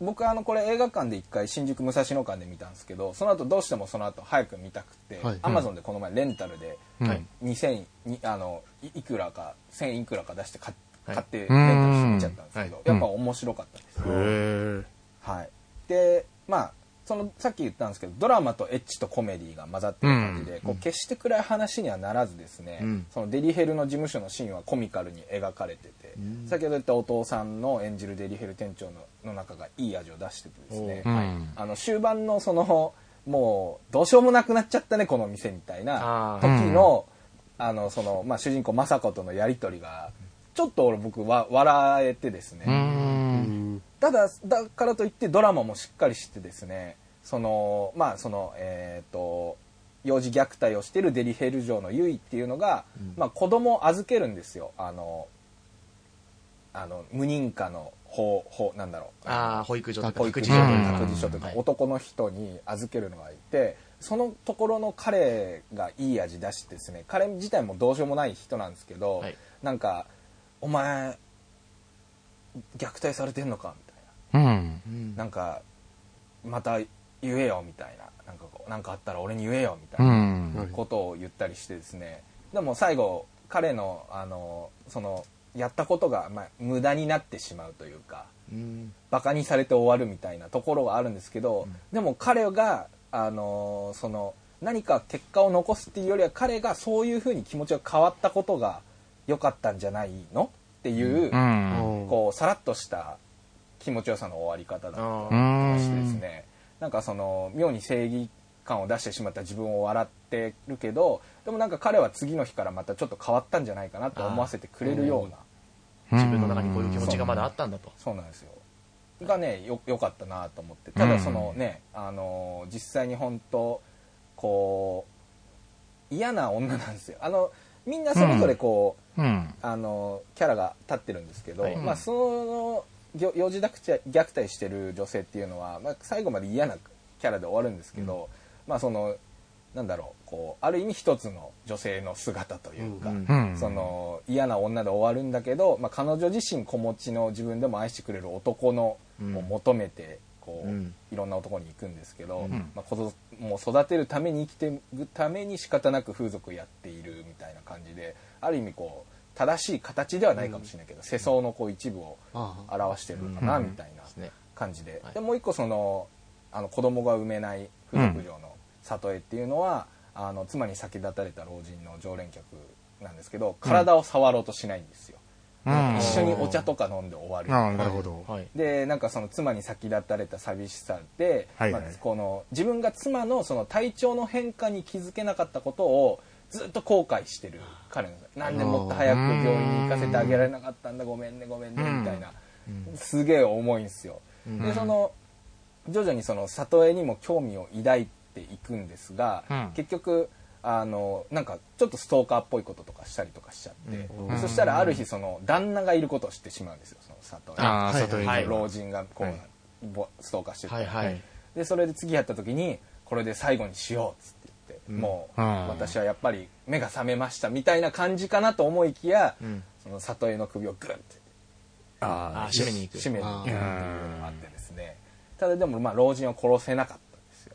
Speaker 3: 僕あのこれ映画館で一回新宿武蔵野館で見たんですけどその後どうしてもその後早く見たくて、
Speaker 4: はい
Speaker 3: Amazon でこの前レンタルで
Speaker 1: え
Speaker 2: はい
Speaker 3: 2000にあのいいくらか1000いくらか出して買っ
Speaker 2: はい
Speaker 3: 買ってレンタルして見ちゃったんですけど、
Speaker 2: うん
Speaker 3: やっぱ面白かったです、
Speaker 1: へ
Speaker 3: はい、でまあそのさっき言ったんですけどドラマとエッチとコメディが混ざってる感じで、こう決して暗い話にはならずですね、
Speaker 2: うん
Speaker 3: そのデリヘルの事務所のシーンはコミカルに描かれてて、先ほど言ったお父さんの演じるデリヘル店長のの中がいい味を出しててですね、
Speaker 1: うん
Speaker 3: あの終盤のそのもうどうしようもなくなっちゃったねこの店みたいな
Speaker 2: あ
Speaker 3: 時
Speaker 1: ー
Speaker 3: のあのその、まあ、主人公政子とのやり取りがちょっと俺僕は笑えてですね、
Speaker 1: うん
Speaker 3: ただだからといってドラマもしっかりしてですねそのまあそのえっ、と幼児虐待をしてるデリヘル嬢のユイっていうのが、まあ、子供を預けるんですよあのあの無認可の法法なんだろう
Speaker 2: ああ保育所とか
Speaker 3: 保育
Speaker 1: 所
Speaker 3: 所
Speaker 1: と
Speaker 3: と
Speaker 1: いう
Speaker 3: か
Speaker 1: か
Speaker 3: 託児所というか
Speaker 2: はい
Speaker 3: 男の人に預けるのがいてそのところの彼がいい味出してですね彼自体もどうしようもない人なんですけど、
Speaker 2: はい
Speaker 3: なんか「お前虐待されてんのか」みたい
Speaker 1: うん
Speaker 3: な「なんかまた言えよ」みたいな「なんかこうなんかあったら俺に言えよ」みた
Speaker 1: う
Speaker 3: いなん
Speaker 4: はい
Speaker 3: ことを言ったりしてですねでも最後彼のあのそのやったことが、まあ、無駄になってしまうというか。
Speaker 2: うん
Speaker 3: バカにされて終わるみたいなところがあるんですけど、でも彼が、あのーその何か結果を残すっていうよりは彼がそういうふうに気持ちが変わったことが良かったんじゃないのっていう、
Speaker 1: うん
Speaker 4: こ
Speaker 3: こうさらっとした気持ちよさの終わり方だった
Speaker 2: あ
Speaker 1: う
Speaker 2: ー
Speaker 3: りしてです
Speaker 1: ん
Speaker 3: ね、なんかその妙に正義感を出してしまった自分を笑ってるけどでもなんか彼は次の日からまたちょっと変わったんじゃないかなと思わせてくれるような。
Speaker 2: 自分の中にこういう気持ちがまだあったんだと
Speaker 3: そうなんですよがねよ良かったなと思ってただそのね、あのー実際に本当こう嫌な女なんですよあのみんなそれぞれこう、
Speaker 1: うん。
Speaker 3: あのキャラが立ってるんですけど、
Speaker 2: はい
Speaker 3: まあ、そのぎょ幼児虐待虐待してる女性っていうのは、まあ、最後まで嫌なキャラで終わるんですけど、まあそのなんだろうこうある意味一つの女性の姿というか、
Speaker 4: うん
Speaker 1: うん。
Speaker 3: そ、の嫌な女で終わるんだけど、まあ、彼女自身子持ちの自分でも愛してくれる男の
Speaker 2: うん
Speaker 3: を求めてこう、
Speaker 2: うん
Speaker 3: いろんな男に行くんですけど、
Speaker 1: ん
Speaker 3: まあ、子どもう育てるために生きていくために仕方なく風俗やっているみたいな感じである意味こう正しい形ではないかもしれないけど、世相のこう一部を
Speaker 4: ああ
Speaker 3: 表してるのかな
Speaker 1: うん
Speaker 3: みたいな
Speaker 2: ですね
Speaker 3: 感じで,、
Speaker 2: はい
Speaker 3: でもう一個そのあの子供が産めない風俗嬢の里江っていうのは、あの妻に先立たれた老人の常連客なんですけど体を触ろうとしないんですよ、
Speaker 1: うん。
Speaker 3: 一緒にお茶とか飲んで終わる、
Speaker 1: ああ、なるほど。
Speaker 2: はい
Speaker 3: でなんかその妻に先立たれた寂しさで、
Speaker 1: はい
Speaker 3: まあこの自分が妻のその体調の変化に気づけなかったことをずっと後悔してる彼なんですなんでもっと早く病院に行かせてあげられなかったんだごめんねごめんねみたいな、すげえ重いんですよ。でその徐々にその里江にも興味を抱いていくんですが、
Speaker 1: うん
Speaker 3: 結局あのなんかちょっとストーカーっぽいこととかしたりとかしちゃって、
Speaker 1: ん
Speaker 3: そしたらある日その旦那がいることを知ってしまうんですよその里江。
Speaker 1: ああ、
Speaker 4: はい
Speaker 1: 里
Speaker 2: は
Speaker 1: 江
Speaker 2: い
Speaker 1: に
Speaker 3: 老人がこう、
Speaker 1: はい
Speaker 3: ぼストーカーしてて、
Speaker 2: はいはい
Speaker 3: でそれで次やった時にこれで最後にしようっつって言って、もう、
Speaker 1: うん
Speaker 3: 私はやっぱり目が覚めましたみたいな感じかなと思いきや、
Speaker 2: ん
Speaker 3: その里江の首をグッて
Speaker 2: ああ締めに行く
Speaker 3: 締めに行くっていうの
Speaker 1: あ
Speaker 3: があってですねただでもまあ老人を殺せなかったんですよ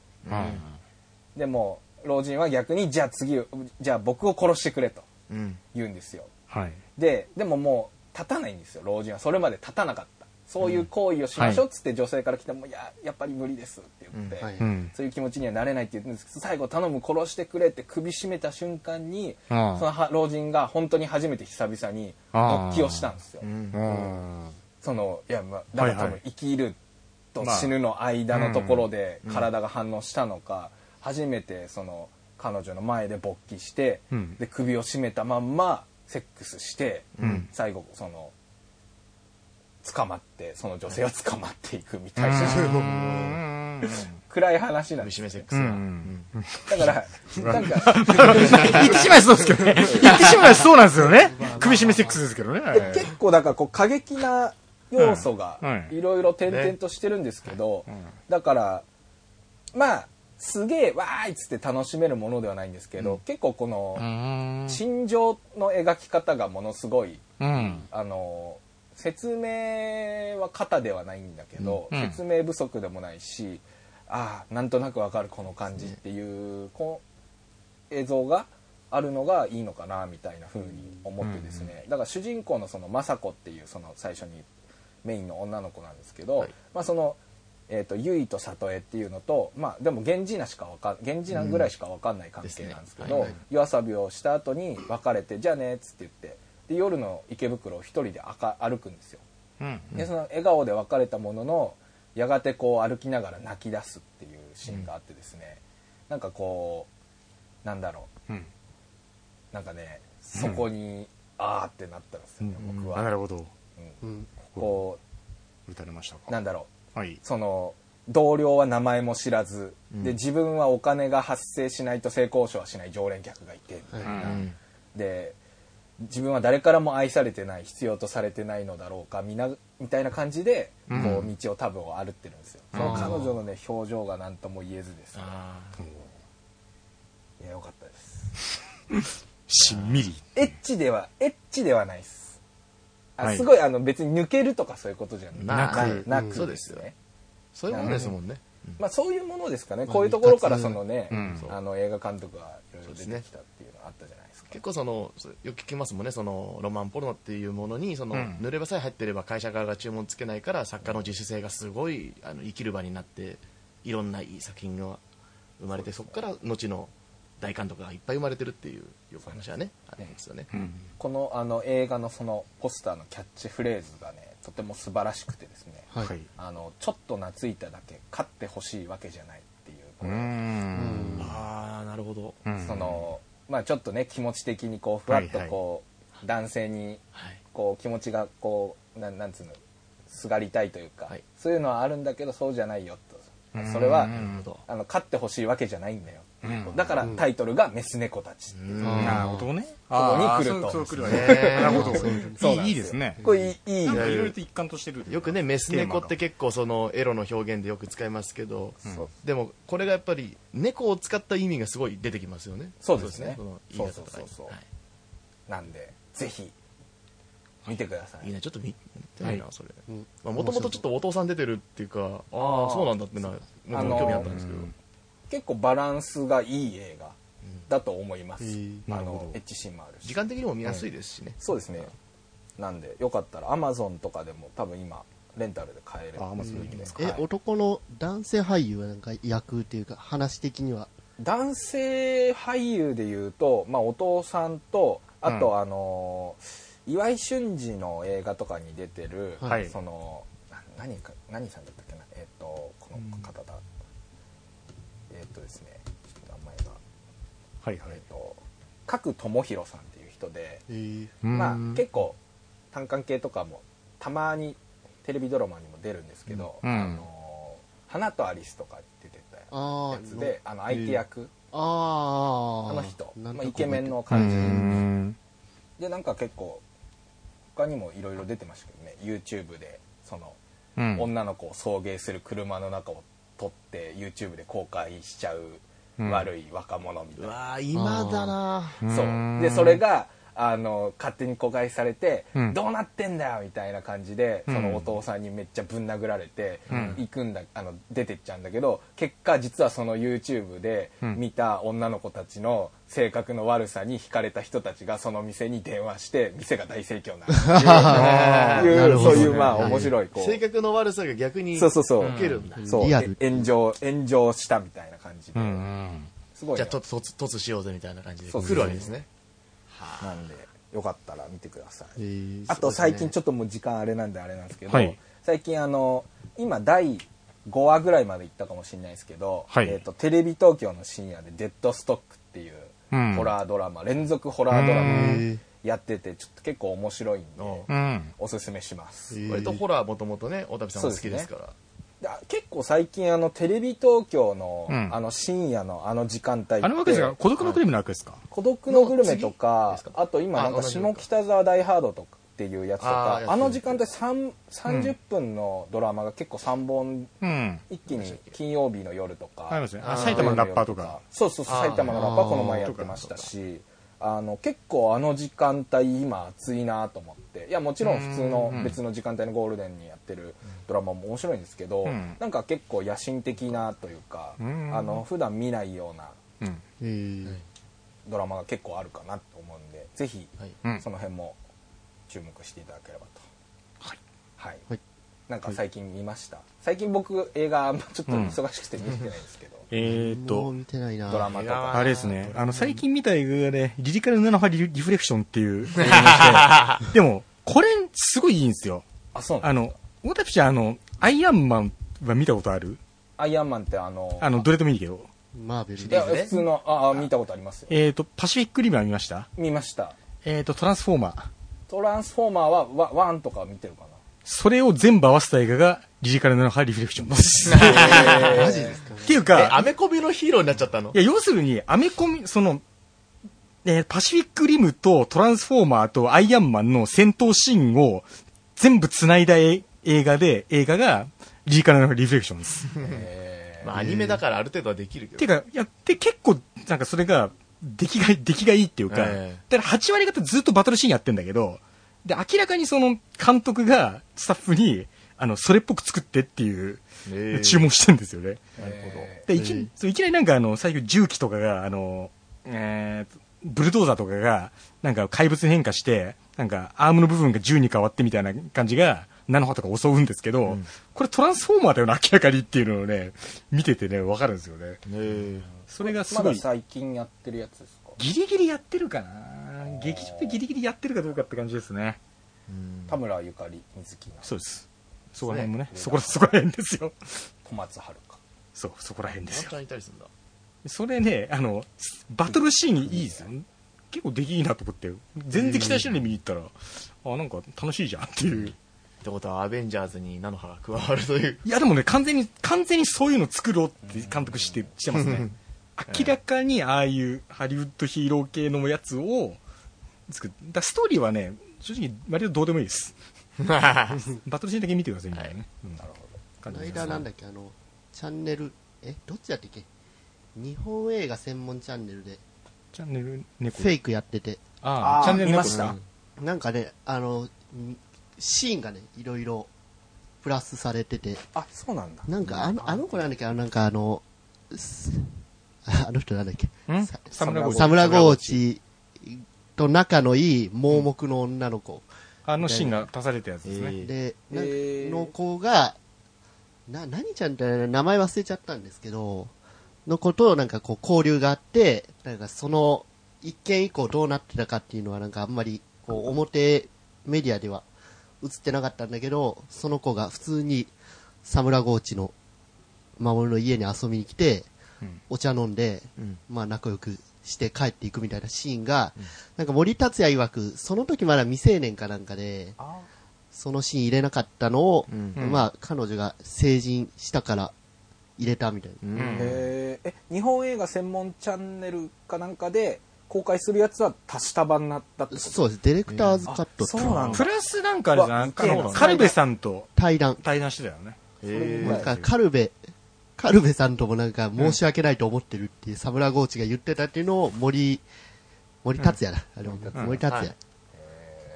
Speaker 1: うん
Speaker 3: でも老人は逆にじゃあ次じゃあ僕を殺してくれと
Speaker 2: うん
Speaker 3: 言うんですよ
Speaker 1: はい。
Speaker 3: ででももう立たないんですよ老人はそれまで立たなかったそういう行為をしましょうっつって女性から来ても「いややっぱり無理です」って言って、
Speaker 4: うんはい
Speaker 1: うん。
Speaker 3: そういう気持ちにはなれないって言うんですけど最後頼む殺してくれって首絞めた瞬間にそ
Speaker 1: ああ
Speaker 3: のは老人が本当に初めて久々に
Speaker 1: ああ
Speaker 3: 勃起をしたんですよ
Speaker 1: うん。
Speaker 3: そのいやまあだから多
Speaker 1: はいは
Speaker 3: 分
Speaker 1: い
Speaker 3: 生きると
Speaker 1: まあ
Speaker 3: 死ぬの間のところで体が反応したのか初めてその彼女の前で勃起して
Speaker 1: うん
Speaker 3: で首を絞めたまんまセックスして
Speaker 1: うん
Speaker 3: 最後その捕まってその女性は捕まっていくみたいな
Speaker 1: うん。
Speaker 3: 暗い話なんです
Speaker 2: 締めセック
Speaker 1: う
Speaker 2: スが
Speaker 1: ん。
Speaker 3: だか らなんか
Speaker 1: 言ってしまえばそうですけどね。言ってしまえばそうなんですよね。首絞めセックスですけどね。
Speaker 3: で結構だからこう過激な要素が
Speaker 1: うんはい
Speaker 3: いろいろ点々としてるんですけど、だからまあすげえわーいっつって楽しめるものではないんですけど、結構この
Speaker 1: うん。
Speaker 3: 心情の描き方がものすごい
Speaker 1: うん。
Speaker 3: あの説明は肩ではないんだけど、
Speaker 1: うん
Speaker 3: 説明不足でもないしああなんとなくわかるこの感じっていうこう映像があるのがいいのかなみたいな風に思ってですね、だから主人公のその雅子っていうその最初にメインの女の子なんですけど、
Speaker 2: はい
Speaker 3: まあその。えー、と結と里江っていうのと、まあ、でも源氏名しかわかん源氏名ぐらいしかわかんない関係なんですけど、
Speaker 2: うんですねはいはい
Speaker 3: 夜遊びをした後に別れて「じゃあね」っつって言ってで夜の池袋を一人であか歩くんですよ
Speaker 1: うん。
Speaker 3: でその笑顔で別れたもののやがてこう歩きながら泣き出すっていうシーンがあってですね、なんかこうなんだろ
Speaker 1: うん。
Speaker 3: うなんかねそこに、あーってなったんですよね、僕
Speaker 1: な
Speaker 3: は、
Speaker 1: るほど。
Speaker 3: うん
Speaker 4: うん
Speaker 3: こ
Speaker 1: 打たれました
Speaker 3: う
Speaker 1: か。
Speaker 3: なんだろ
Speaker 1: はい。
Speaker 3: うその同僚は名前も知らず、で自分はお金が発生しないと性交渉はしない常連客がいてみたいな
Speaker 1: うん。
Speaker 3: で自分は誰からも愛されてない必要とされてないのだろうかみなみたいな感じでこう、
Speaker 1: うん
Speaker 3: 道を多分を歩ってるんですよ、その彼女のね表情が何とも言えずですね
Speaker 2: あ
Speaker 3: いやよかったです
Speaker 1: しんみり。
Speaker 3: エッチではエッチではないですあ、
Speaker 1: はい
Speaker 3: すごいあの別に抜けるとかそういうことじゃな
Speaker 2: な
Speaker 3: く
Speaker 2: く
Speaker 3: な
Speaker 4: うん
Speaker 3: く
Speaker 2: そう
Speaker 3: で
Speaker 2: ですす
Speaker 3: ね
Speaker 2: よそういうものですもんね
Speaker 3: まあ、そういうものですかね、
Speaker 4: まあ
Speaker 3: こういうところから
Speaker 4: 一
Speaker 3: そ
Speaker 4: 括
Speaker 3: のね、
Speaker 1: うん
Speaker 3: あの映画監督がいろいろ出てきたっていうのがあったじゃないですか
Speaker 2: 結構そのそうよく聞きますもんねそのロマンポルノっていうものにその、
Speaker 1: うん
Speaker 2: 濡れ場さえ入ってれば会社側が注文つけないから作家の自主性がすごいあの生きる場になっていろんないい作品が生まれてそこから後の大監督がいっぱい生まれてるっていうよく話はねあるんですよね、
Speaker 1: うん。
Speaker 3: このあの映画のそのポスターのキャッチフレーズがねとても素晴らしくてですね、
Speaker 4: はい
Speaker 1: はい。
Speaker 3: あのちょっと懐いただけ勝ってほしいわけじゃないっていう
Speaker 1: う
Speaker 3: この,、
Speaker 1: ん。
Speaker 2: ああなるほど、
Speaker 3: そのまあ、ちょっとね気持ち的にこうふわっとこう、男性に
Speaker 2: はい
Speaker 3: こう気持ちがこうなんなんつうのすがりたいというか、
Speaker 2: はい
Speaker 3: そういうのはあるんだけどそうじゃないよと
Speaker 1: うん
Speaker 3: それは
Speaker 1: うん
Speaker 2: なるほど
Speaker 3: あの勝ってほしいわけじゃないんだよ
Speaker 1: うん
Speaker 3: だからタイトルが「メス猫たち」
Speaker 1: なるほどね。
Speaker 3: こ
Speaker 1: ああ
Speaker 3: こに来ると
Speaker 1: そうそう来るわ
Speaker 2: ね
Speaker 1: ね。
Speaker 2: え
Speaker 1: なるほど。
Speaker 3: そう
Speaker 1: い
Speaker 3: なん
Speaker 1: いいいですね。
Speaker 3: これいいいい
Speaker 1: なんかいろいろと一貫としてる。
Speaker 2: よくねメス猫って
Speaker 1: テ
Speaker 2: 結構そのエロの表現でよく使いますけど、
Speaker 3: そう
Speaker 2: でもこれがやっぱり猫を使った意味がすごい出てきますよね
Speaker 3: そうですね
Speaker 2: その言い方
Speaker 3: そうそう
Speaker 2: とか
Speaker 3: そうそう
Speaker 2: はい
Speaker 3: なんでぜひ見てくださ
Speaker 2: いい
Speaker 3: い
Speaker 2: ねちょっと見見たいな、それ
Speaker 4: うん
Speaker 2: もともとちょっとお父さん出てるっていうかああ
Speaker 3: あー
Speaker 2: そうなんだってなも
Speaker 3: あ
Speaker 2: とも
Speaker 3: の
Speaker 2: と
Speaker 3: ー
Speaker 2: 興味あったんですけど、
Speaker 3: 結構バランスがいい映画だと思います、
Speaker 4: うん
Speaker 3: あ
Speaker 1: なるほ
Speaker 3: の
Speaker 1: ど
Speaker 3: エッチシーンもあるし
Speaker 2: 時間的にも見やすいですしね、
Speaker 3: そうですねなんでよかったらアマゾンとかでも多分今レンタルで買える
Speaker 1: あ Amazon できます
Speaker 3: は
Speaker 4: え
Speaker 3: い、
Speaker 4: 男の男性俳優はなんか役っていうか、話的には。
Speaker 3: 男性俳優でいうと、まあ、お父さんとあと、あの岩井俊二の映画とかに出てる、
Speaker 4: はい
Speaker 3: そのな何か何さんだったっけなえっ、とこの方だ、えっ、とですねちょっと名前が
Speaker 1: はいは
Speaker 3: えっ
Speaker 1: い、。
Speaker 3: と角智弘さんっていう人で、
Speaker 4: えー
Speaker 3: まあ
Speaker 1: うん、
Speaker 3: 結構単管系とかもたまにテレビドラマにも出るんですけど「
Speaker 1: うん
Speaker 3: あの花とアリス」とか出てたや
Speaker 4: あ
Speaker 3: つ
Speaker 4: ー
Speaker 3: であの相手役、
Speaker 4: あー
Speaker 3: あの人、ま
Speaker 4: なん
Speaker 3: あ、
Speaker 4: と
Speaker 3: イケメンの
Speaker 1: う
Speaker 3: 感じ、
Speaker 1: ん
Speaker 3: でなんか結構他にもいろいろ出てましたけどね YouTube でその、
Speaker 1: うん
Speaker 3: 女の子を送迎する車の中を撮って YouTube で公開しちゃう
Speaker 1: うん
Speaker 3: 悪い若者みた
Speaker 2: う
Speaker 3: いな、
Speaker 2: わー今だな
Speaker 3: そうでそれがあの勝手に公開されて、
Speaker 1: うん
Speaker 3: どうなってんだよみたいな感じでそ
Speaker 1: うん
Speaker 3: のお父さんにめっちゃぶん殴られて、
Speaker 1: うん
Speaker 3: 行くんだあの出てっちゃうんだけど結果実はその YouTube で
Speaker 1: うん
Speaker 3: 見た女の子たちの性格の悪さに惹かれた人たちがその店に電話して店が大盛況になるっていう
Speaker 4: なるほど
Speaker 3: そう
Speaker 4: ね
Speaker 3: いうまあ
Speaker 4: はい
Speaker 3: 面白いこう
Speaker 2: 性格の悪さが逆に
Speaker 3: そうそうそう
Speaker 2: 受けるんだ、
Speaker 3: そう
Speaker 4: リアル
Speaker 3: え炎上炎上したみたいな感じで、
Speaker 1: うん
Speaker 3: すごい
Speaker 2: じゃ
Speaker 3: ね
Speaker 2: あととつとつしようぜみたいな感じで
Speaker 3: そうそう
Speaker 2: 来るわけですね
Speaker 3: なんでよかったら見てください
Speaker 4: えー
Speaker 3: あと最近ちょっともう時間あれなんであれなんですけど、
Speaker 1: はい
Speaker 3: 最近あの今第5話ぐらいまで行ったかもしれないですけど、
Speaker 1: はい
Speaker 3: えー、とテレビ東京の深夜で「デッドストック」っていう
Speaker 1: うん
Speaker 3: ホラードラマ、連続ホラードラ
Speaker 1: う
Speaker 3: マ
Speaker 4: ん
Speaker 3: やっててちょっと結構面白いん
Speaker 2: お
Speaker 3: で
Speaker 1: う
Speaker 2: う
Speaker 1: ん
Speaker 3: おすすめします、
Speaker 4: えー
Speaker 2: 割とホラーもともとね大旅さんは好きですから
Speaker 3: であ結構最近あのテレビ東京の,、
Speaker 1: うん
Speaker 3: あの深夜のあの時間帯って
Speaker 1: あのわけですが孤独のクリームなわけですか、
Speaker 3: 孤独のグルメと
Speaker 2: の
Speaker 3: か
Speaker 2: 次ですか
Speaker 3: あと今なん
Speaker 2: あ
Speaker 3: か
Speaker 2: 同じ
Speaker 3: 下北沢大ハードとかっていうやつと
Speaker 2: あー
Speaker 3: か
Speaker 2: やつ
Speaker 3: あの時間帯3 30分のドラマが結構3本
Speaker 1: うん
Speaker 3: 一気に金曜日の夜とか
Speaker 1: ありますねあ
Speaker 2: あー
Speaker 1: 埼玉のラッパーとか
Speaker 3: そうそうそう
Speaker 2: あー
Speaker 3: 埼玉のラッパーこの前やってましたしあの結構あの時間帯今熱いなと思っていやもちろん普通の別の時間帯のゴールデンにやってるドラマも面白いんですけど、
Speaker 1: うん
Speaker 3: なんか結構野心的なというか、
Speaker 1: うん
Speaker 3: あの普段見ないような
Speaker 1: うん
Speaker 4: えー
Speaker 3: ドラマが結構あるかなと思うんでぜひ
Speaker 2: はい
Speaker 1: うん
Speaker 3: その辺も注目していただければと
Speaker 1: はい
Speaker 3: はい、
Speaker 4: はい
Speaker 3: なんか最近見ました最近僕映画あんまちょっと忙しくて見れてないんですけど、
Speaker 1: えー、っ
Speaker 4: もう
Speaker 1: と
Speaker 4: 見てないな。
Speaker 3: ドラマとか
Speaker 1: あれですねあの最近見た映画でリリカル7波リリフレクションっていう映画 でしてでもこれすごいいいんですよ
Speaker 3: あそうな
Speaker 1: あ
Speaker 3: の
Speaker 1: の大田ちゃんあのアイアンマンは見たことある
Speaker 3: アイアンマンってあの
Speaker 1: あのどれでもいいけど
Speaker 4: マーベル
Speaker 3: いや
Speaker 4: で。
Speaker 2: ーズね
Speaker 3: 普通のああ見たことありますよ
Speaker 1: えー、っとパシフィックリムは見ました
Speaker 3: 見ました
Speaker 1: えー、っとトランスフォーマー
Speaker 3: トランスフォーマーはワワンとか見てるか
Speaker 1: それを全部合わせた映画がリリカル7波リフレクションです
Speaker 3: な
Speaker 4: マジですかね
Speaker 1: っ。ていう
Speaker 2: え
Speaker 1: か、
Speaker 2: アメコミのヒーローになっちゃったの
Speaker 1: いや、要するに、アメコミ、その、えーパシフィックリムとトランスフォーマーとアイアンマンの戦闘シーンを全部繋いだえ映画で、映画が、リーカルのリフレクション です。っ
Speaker 3: え
Speaker 2: まあ、アニメだからある程度はできるけど
Speaker 1: ていうか、いや、で、結構、なんかそれが、出来がいい、出来がいいっていうか、
Speaker 2: ええ
Speaker 1: だから8割方ずっとバトルシーンやってんだけど、で、明らかにその、監督が、スタッフに、あの、それっぽく作ってっていう、
Speaker 2: ええ
Speaker 1: 注文してんですよね。
Speaker 3: ー、なる
Speaker 1: でいきそういきなりなんかあの最後重機とかがあの、えーブルドーザーとかがなんか怪物に変化してなんかアームの部分が銃に変わってみたいな感じがナノハとか襲うんですけど、これトランスフォーマーだよな明らかにっていうのをね 見ててねわかるんですよね
Speaker 2: え
Speaker 1: それがす
Speaker 3: ほど
Speaker 1: ご
Speaker 3: ま
Speaker 1: い
Speaker 3: だ最近やってるやつですか
Speaker 1: ギリギリやってるかな劇場でギリギリやってるかどうかって感じですね
Speaker 3: 田村ゆかり水木奈
Speaker 1: そうですそこら辺もね
Speaker 3: そう
Speaker 1: そこらそこら辺ですよ
Speaker 3: 小松遥香
Speaker 1: そうそこら辺
Speaker 2: え
Speaker 1: ですよ
Speaker 2: ちゃんいたりするんだ
Speaker 1: それね、あの、バトルシーンいいですよ。結構できいいなと思って、全然期待してないのに見に行ったら、あ、なんか楽しいじゃんっていう。
Speaker 2: ってことはアベンジャーズに菜の葉が加わるという
Speaker 1: いや、でもね、完全に、完全にそういうの作ろうって監督して、してますね。明らかにああいうハリウッドヒーロー系のやつを作っだからストーリーはね正直割とどうでもいいですバトルシーンだけ見てくださいみたいなね、うん
Speaker 3: なるほど
Speaker 4: こ
Speaker 1: 感
Speaker 4: の
Speaker 1: じです
Speaker 4: 間なんだっけあのチャンネルえどっちだったっけ日本映画専門チャンネルで
Speaker 1: チャンネル猫
Speaker 4: フェイクやってて
Speaker 1: ああ
Speaker 3: あー
Speaker 1: チャンネル
Speaker 3: 見
Speaker 1: 猫
Speaker 3: ました
Speaker 4: なんかねあのんシーンがねいろいろプラスされてて
Speaker 3: あそうなんだ
Speaker 4: なんかあのあの子なんだっけあのなんかあのすあの人なんだっけ
Speaker 1: ん
Speaker 4: さ
Speaker 1: サムラゴーチ
Speaker 4: サムラゴーチと仲のいい盲目の女の子、
Speaker 1: あのシーンが足されたやつですね、
Speaker 4: で、なん
Speaker 3: へ
Speaker 4: か
Speaker 3: ー
Speaker 4: の子が、な、何ちゃんって名前忘れちゃったんですけど、の子となんかこう交流があって、なんかその一件以降どうなってたかっていうのはなんかあんまりこう表メディアでは映ってなかったんだけど、その子が普通にサムラゴーチの守の家に遊びに来て、
Speaker 1: うん
Speaker 4: お茶飲んで、
Speaker 2: うん
Speaker 4: まあ仲良くして帰っていくみたいなシーンが、なんか森達也曰く、その時まだ未成年かなんかで、
Speaker 3: あ
Speaker 4: そのシーン入れなかったのを、
Speaker 2: うん
Speaker 1: うん
Speaker 4: まあ、彼女が成人したから入れたみたいな。
Speaker 2: うん
Speaker 3: ーへーえ日本映画専門チャンネルかなんかで公開するやつは足した版なだってこと
Speaker 4: そうです。ディレクターズカット
Speaker 3: あ
Speaker 4: って
Speaker 3: そ
Speaker 4: いううの
Speaker 3: な
Speaker 4: は
Speaker 3: んだ
Speaker 1: プラスなんかあれじゃん
Speaker 3: うわ
Speaker 1: あのカル
Speaker 2: そうなんだ
Speaker 1: カルベさんと
Speaker 4: 対談。
Speaker 1: 対談してたよね
Speaker 2: え
Speaker 4: なん
Speaker 2: ー
Speaker 4: か、カルベ、カルベさんともなんか申し訳ないと思ってるっていう、サムラゴーチが言ってたっていうのを森、森達也だ。あれ
Speaker 1: ん
Speaker 4: 森達
Speaker 2: は
Speaker 4: 也。
Speaker 2: い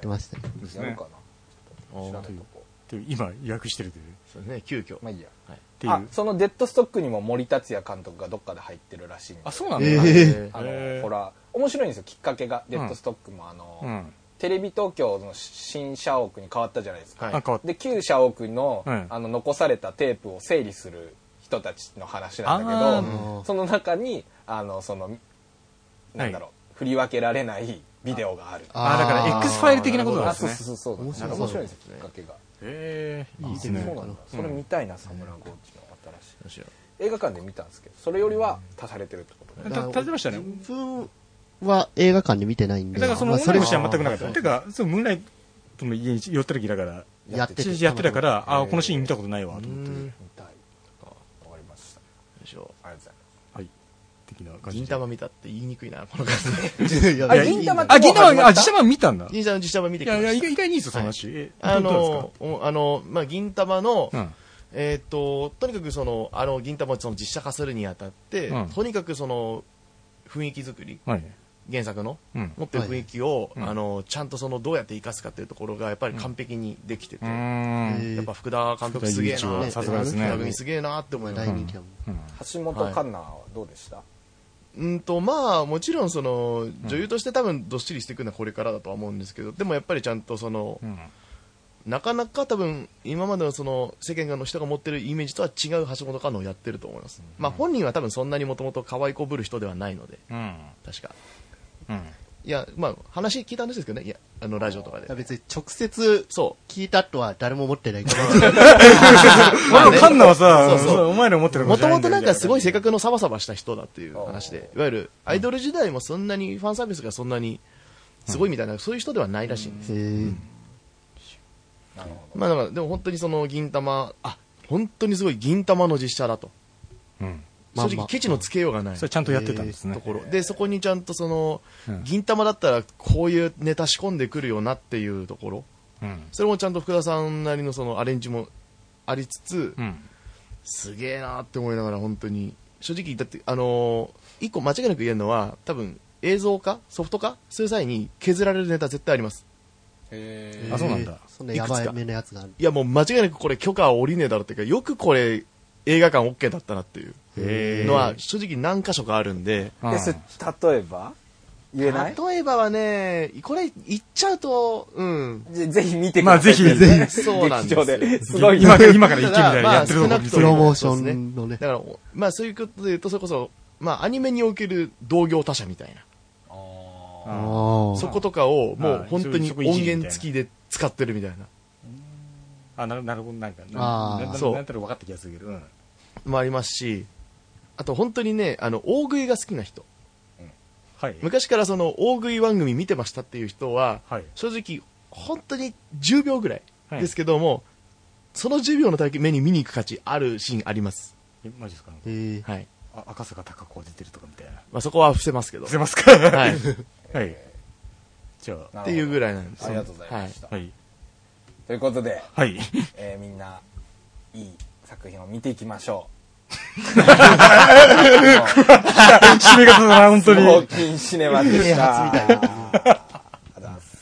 Speaker 4: 言ってましたね。
Speaker 1: す
Speaker 3: や
Speaker 1: ね
Speaker 3: るかな
Speaker 2: あー
Speaker 3: 知らないと
Speaker 1: っ
Speaker 3: こ
Speaker 1: ていう今予約してるというっ
Speaker 2: そうね急遽
Speaker 3: まあいいや
Speaker 1: ていう
Speaker 3: あそのデッドストックにも森達也監督がどっかで入ってるらしいんで
Speaker 1: あそうなんだ、
Speaker 4: ええ
Speaker 2: え
Speaker 3: あの
Speaker 1: へー
Speaker 3: ほら面白いんですよきっかけがデッドストックもあの、
Speaker 1: うん
Speaker 3: テレビ東京の新社屋に変わったじゃないですか、
Speaker 2: はい
Speaker 1: あ変わった
Speaker 3: で旧社屋の,、
Speaker 1: うん
Speaker 3: あの残されたテープを整理する人たちの話なん
Speaker 1: あ
Speaker 3: だけ
Speaker 4: ー
Speaker 3: どその中にあのそのなんだろう、振り分けられないビデオがある
Speaker 1: あだから X ファイル的なことなん
Speaker 3: あ
Speaker 1: です
Speaker 3: そう
Speaker 1: ね
Speaker 3: そうそうそう
Speaker 4: 面
Speaker 3: 面
Speaker 4: 白
Speaker 3: 白
Speaker 4: い
Speaker 3: 面白いんですよきっかけが
Speaker 1: へえいいです
Speaker 3: そうなん
Speaker 1: ね
Speaker 3: だ、
Speaker 4: うん
Speaker 3: それ見たいなサムラ・ゴーチの新しい
Speaker 2: 面白い
Speaker 3: 映画館で見たんですけどそれよりは足されてるってことね
Speaker 1: た立てましたね
Speaker 4: 自分は映画館で見てないんで。
Speaker 1: だからその
Speaker 4: ま
Speaker 1: オ
Speaker 4: あ
Speaker 1: ンライン
Speaker 4: は
Speaker 1: の試合は全くなかっ
Speaker 4: は
Speaker 1: た。
Speaker 4: い
Speaker 1: てか、そのムーンライトの家に寄った時だから、
Speaker 4: やって
Speaker 1: 一
Speaker 4: て。
Speaker 1: 時やってたから、ああ、このシーン見たこ
Speaker 4: こ
Speaker 1: とないわ、と思って、
Speaker 2: うん
Speaker 3: 見たいわかりました
Speaker 2: でしょ
Speaker 3: ありがとうございます
Speaker 1: はい。的な感じで。
Speaker 2: 銀玉見たって言いにくいなこの感じ
Speaker 4: と。 いや
Speaker 3: あ銀玉
Speaker 1: あ、銀
Speaker 3: もう始まっ
Speaker 1: 玉、
Speaker 3: た
Speaker 1: あ、自社版見たんだ。い
Speaker 2: 銀玉の実写版見てきま
Speaker 1: や、いや、
Speaker 2: し
Speaker 1: 意
Speaker 2: た
Speaker 1: 外意外にいいですよ、その話。え、ど
Speaker 2: あ
Speaker 1: うどうなん
Speaker 2: の
Speaker 1: です
Speaker 2: おあのまあ銀玉の、
Speaker 1: かうん。
Speaker 2: えーっととにかくそのあの銀玉をその実写化するにあたって、
Speaker 1: うん
Speaker 2: とにかくその雰囲気作り
Speaker 1: はい。
Speaker 2: 原作の
Speaker 1: うん。
Speaker 2: 持ってる雰囲気を、
Speaker 1: はいうん
Speaker 2: あのちゃんとそのどうやって生かすかっていうところがやっぱり完璧にできてて、
Speaker 1: う
Speaker 4: え
Speaker 1: ん。
Speaker 4: ー
Speaker 2: やっぱ福田監督すげえなーって
Speaker 1: さすがですね
Speaker 2: 福田組すげえなーって思いなが
Speaker 4: 大
Speaker 2: ら
Speaker 4: 人気だもん。
Speaker 3: 橋本環奈はどうでした、
Speaker 2: うんとまあもちろんその女優として多分どっしりしていくのはこれからだとは思うんですけどでもやっぱりちゃんとその、
Speaker 1: うん。
Speaker 2: なかなか多分今までのその世間の人が持ってるイメージとは違う橋本環奈をやってると思います、まあ本人は多分そんなにもともと可愛いこぶる人ではないので
Speaker 1: うん。
Speaker 2: 確か
Speaker 1: うん。
Speaker 2: いやまあ話聞いた話ですけどねいやあのラジオとか
Speaker 4: い
Speaker 2: で
Speaker 4: や別に直接
Speaker 2: そ
Speaker 4: 聞いたとは誰も思ってないけど。
Speaker 2: う
Speaker 1: まあ、カンナはさ、
Speaker 2: そうそう
Speaker 1: お前ら持ってる
Speaker 2: もともとなんかすごい性
Speaker 1: 世界
Speaker 2: 格のサバサバした人だっていう話で、いわゆるアイドル時代もそんなにファンサービスがそんなにすごいみたいな、そういう人ではないらしいんです。
Speaker 4: へ
Speaker 3: なるほど
Speaker 2: まあだから、でも本当にその銀玉、あ、本当にすごい銀玉の実写だと。
Speaker 1: うん。
Speaker 4: まあまあ
Speaker 2: 正直ケチのつけようがない
Speaker 1: それちゃんとやってたんですね
Speaker 2: と。ころ。で、そこにちゃんとその
Speaker 1: うん、
Speaker 2: 銀玉だったらこういうネタ仕込んでくるよなっていうところ。
Speaker 1: うん。
Speaker 2: それもちゃんと福田さんなりのそのアレンジもありつつ、
Speaker 1: うん。
Speaker 2: すげえなって思いながら本当に正直だってあのー一個間違いなく言えるのは多分映像化ソフト化する際に削られるネタ絶対あります
Speaker 3: へ
Speaker 4: え
Speaker 1: あそうなんだ
Speaker 4: そんなやばい目のやつがある。
Speaker 2: いやもう間違いなくこれ許可は下りねえだろっていうかよくこれ映画館 OK だったなっていう
Speaker 1: へ
Speaker 2: のは正直何箇所かあるんで
Speaker 1: うん
Speaker 3: でそれ例えば言えない
Speaker 2: 例えばはねこれ言っちゃうとうん
Speaker 3: ぜぜひ見てく
Speaker 1: まあ
Speaker 3: ださ
Speaker 1: ぜ
Speaker 3: い
Speaker 1: ひ
Speaker 3: ね、
Speaker 1: ぜ
Speaker 2: そうなんです
Speaker 3: 劇
Speaker 2: よ
Speaker 3: 場ですごい
Speaker 1: 今
Speaker 3: な
Speaker 1: から、今から行ってみたいなやってると
Speaker 2: ただ
Speaker 1: こ
Speaker 2: ま
Speaker 1: 見
Speaker 2: あ少
Speaker 1: せ
Speaker 4: プ
Speaker 1: る
Speaker 4: ロモーションのね
Speaker 2: だ。からまあそういうことで言うとそれこそまあアニメにおける同業他社みたいな
Speaker 3: あ
Speaker 4: あ
Speaker 1: あ
Speaker 4: ー
Speaker 2: そことかをもう本当に
Speaker 1: あー
Speaker 2: 音源付きで使ってるみたいな
Speaker 1: あ、なるなるほど、なんか、
Speaker 4: あ
Speaker 1: な
Speaker 4: ー
Speaker 1: ん
Speaker 2: そう
Speaker 1: なんとなく分かった気がするけど。うん
Speaker 2: もありますし、あと本当にね、あの、大食いが好きな人。
Speaker 1: はい。
Speaker 2: 昔からその、大食い番組見てましたっていう人は、
Speaker 1: はい
Speaker 2: 正直、本当に10秒ぐらいですけども、その10秒の目に見に行く価値あるシーンあります。
Speaker 1: えマジですか
Speaker 4: えー
Speaker 2: はい。
Speaker 3: ー
Speaker 1: あ赤坂貴子が出てるとかみたいな。
Speaker 2: まあ、そこは伏せ ますけど
Speaker 1: 出。ますかは
Speaker 2: はい。っ
Speaker 1: い。じゃあ、
Speaker 3: なるほど
Speaker 2: ていうぐらいなんです
Speaker 3: ありがとうございまし
Speaker 2: は
Speaker 3: た、
Speaker 1: はい。
Speaker 3: ということで、
Speaker 1: はい。
Speaker 3: えーみんないい作品を見ていきましょ
Speaker 1: 締め方だな、本
Speaker 3: う
Speaker 1: 当に。
Speaker 3: 冒金シネマでしたありがとうございます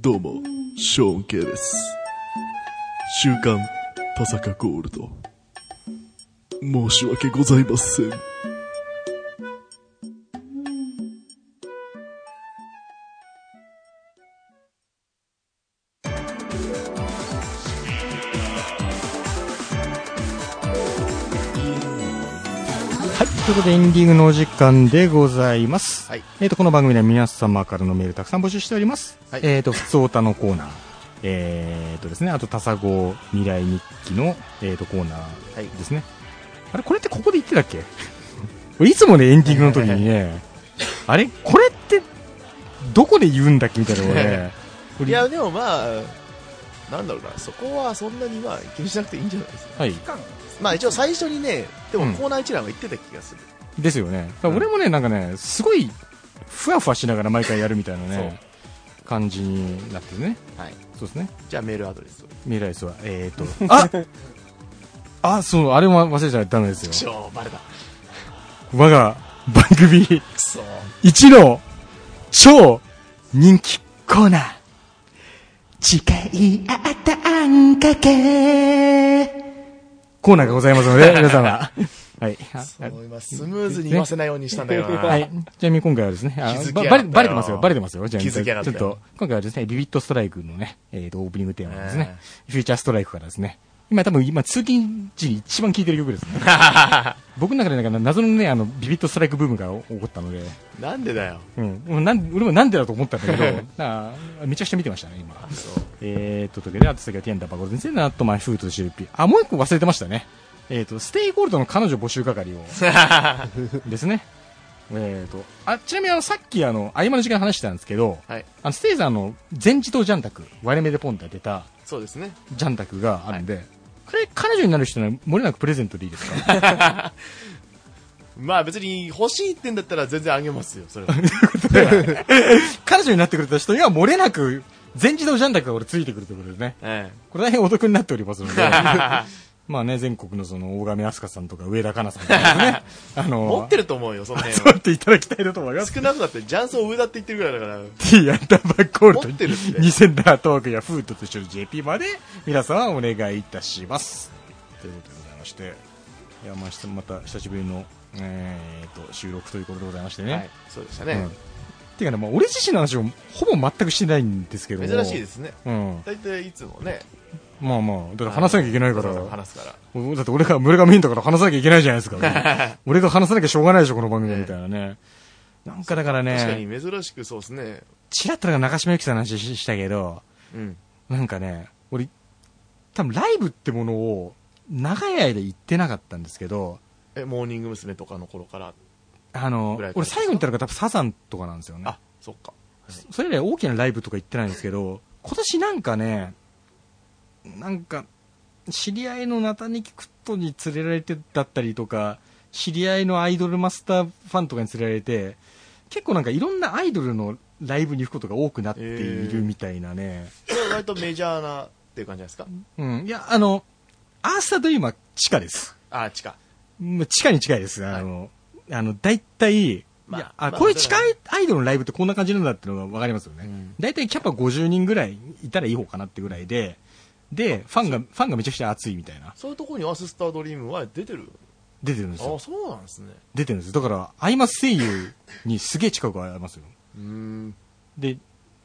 Speaker 5: どうも、ショーン・ケイです。週刊、パサカゴールド。申し訳ございません。
Speaker 1: はい。ということで、エンディングのお時間でございます。
Speaker 2: はい
Speaker 1: えっ、と、この番組では皆様からのメールたくさん募集しております。
Speaker 2: はい
Speaker 1: えっ、と、普通オタのコーナー。えっ、とですね、あと、タサゴ未来日記の、えっ、と、コーナ
Speaker 2: はい
Speaker 1: ーですね。あれ、これってここで言ってたっけ 俺いつもね、エンディングの時にね、あれこれって、どこで言うんだっけみたいなのを ね、
Speaker 2: いや、でもまあ、なんだろうな、そこはそんなにまあ気にしなくていいんじゃないですか。
Speaker 1: はい。
Speaker 2: まあ一応最初にね、で
Speaker 1: う
Speaker 2: も
Speaker 1: ん
Speaker 2: コーナー一覧は言ってた気がする。
Speaker 1: ですよね。だから俺もね、なんかね、すごい、ふわふわしながら毎回やるみたいなね、感じになってるね。
Speaker 2: はい。
Speaker 1: そうですね。
Speaker 2: じゃあメールアドレスを。
Speaker 1: 未来スは、えっ、ー、と、 ああ、そう、あれも忘れちゃダメですよ。
Speaker 2: しょバレた。く
Speaker 1: 我が番組
Speaker 2: そ
Speaker 1: 一の超人気コーナー。
Speaker 6: 誓い合ったあんかけ
Speaker 1: コーナーがございますので、皆 様。はい。
Speaker 2: 思います。スムーズに言わせないようにしたんだけどな。
Speaker 1: はい。ちなみに今回はですね、あ
Speaker 2: 気づきや
Speaker 1: ばバ
Speaker 2: がったよ
Speaker 1: レバレてますよ、バレてますよ。じゃあ
Speaker 2: 気づきやがった
Speaker 1: ちょっ
Speaker 2: よ
Speaker 1: と、今回はですね、ビビットストライクのね、えっと、オープニングテーマのですね
Speaker 2: え、
Speaker 1: フューチャーストライクからですね、今多分今通勤時に一番聴いてる曲ですね。 僕の中でなんか謎のね、あの、ビビットストライクブームが起こったので、
Speaker 2: なんでだよ。
Speaker 1: うん。もうなん俺もなんでだと思ったんだ けど、なあめちゃくちゃ見てましたね、今。えーっと、というわけで、あと先はティアンダバゴル先生のアットマイフート CLP。あ、もう一個忘れてましたね。えーっと、ステイゴールドの彼女募集係 を。ですね。えーっと、あ、ちなみにあの、さっきあの、合間の時間話してたんですけど、
Speaker 2: はい。
Speaker 1: あの、ステイさんの全自動ジャンタク、割れ目でポンって出た
Speaker 2: そうですね。
Speaker 1: ジャンタクがあるんで、これ彼女になる人なら漏れなくプレゼントでいい ですか
Speaker 2: まあ別に欲しいってんだったら全然あげますよ、それ は。
Speaker 1: 彼女になってくれた人には漏れなく全自動ジャンタクが俺ついてくるということでね。
Speaker 2: え
Speaker 1: これ大変お得になっております ので、まあね、全国のその、大神飛鳥さんとか上田香奈さんとか ね、あ
Speaker 2: え。
Speaker 1: の、
Speaker 2: 持ってると思うよ、その辺
Speaker 1: 取
Speaker 2: は。
Speaker 1: っていただきたいなと思います。
Speaker 2: 少なくだって、ジャンソー上だって言ってるぐらいだから。
Speaker 1: T アンダーバーコールと
Speaker 2: 持ってるって
Speaker 1: 2000ダートークやフードと一緒に JP まで皆さんお願いいたします。ということでございまして、いや、まあひと、また久しぶりの、えー、と、収録ということでございましてね。
Speaker 2: はい。そうでした
Speaker 1: う
Speaker 2: ね
Speaker 1: ん。ていうかね、まあ、俺自身の話をほぼ全くしてないんですけども
Speaker 2: 珍しいですね。
Speaker 1: うん。
Speaker 2: 大体いつもね。
Speaker 1: まあまあ、だから話さなきゃいけないから。
Speaker 2: 話すから。
Speaker 1: おだって俺が、俺がメインだから話さなきゃいけないじゃないです か。俺が話さなきゃしょうがないでしょ、この番組はみたいなね。なんかだから
Speaker 2: 確か
Speaker 1: ね、
Speaker 2: に珍しくそうですね。
Speaker 1: ちらっとなんか中島由紀さんの話ししたけど、
Speaker 2: うん。
Speaker 1: なんかね、俺、多分ライブってものを長い間行ってなかったんですけど、
Speaker 2: え、モーニング娘。とかの頃から。
Speaker 1: あの
Speaker 2: ぐらい、から
Speaker 1: 俺最後に行ったのが多分サザンとかなんですよね
Speaker 2: あ。、そっか。
Speaker 1: それ以来大きなライブとか行ってないんですけど、今年なんかね、なんか、知り合いのナタニキクットに連れられてだったりとか、知り合いのアイドルマスターファンとかに連れられて、結構なんかいろんなアイドルのライブに行くことが多くなっているみたいなね。
Speaker 2: それは割とメジャーなっていう感じなんですか
Speaker 1: うん。いや、あの、アースタードリームは地下です。
Speaker 2: あ、地下。
Speaker 1: もう地下に近いです。あの、あの、大体、
Speaker 2: まあ
Speaker 1: いやあ、
Speaker 2: まあ
Speaker 1: こういう地下アイドルのライブってこんな感じなんだってのがわかりますよね。
Speaker 2: ん
Speaker 1: 大体キャパ50人ぐらいいたらいい方かなってぐらいで、で、ファンが、ファンがめちゃくちゃ熱いみたいな。
Speaker 2: そういうところにアススタードリームは出てる。
Speaker 1: 出てるん
Speaker 2: あ、
Speaker 1: ですよ。
Speaker 2: そうなんですね。
Speaker 1: 出てるんですよ。だから、アイマス声優にすげえ近くありますよ。
Speaker 2: うーん。
Speaker 1: で、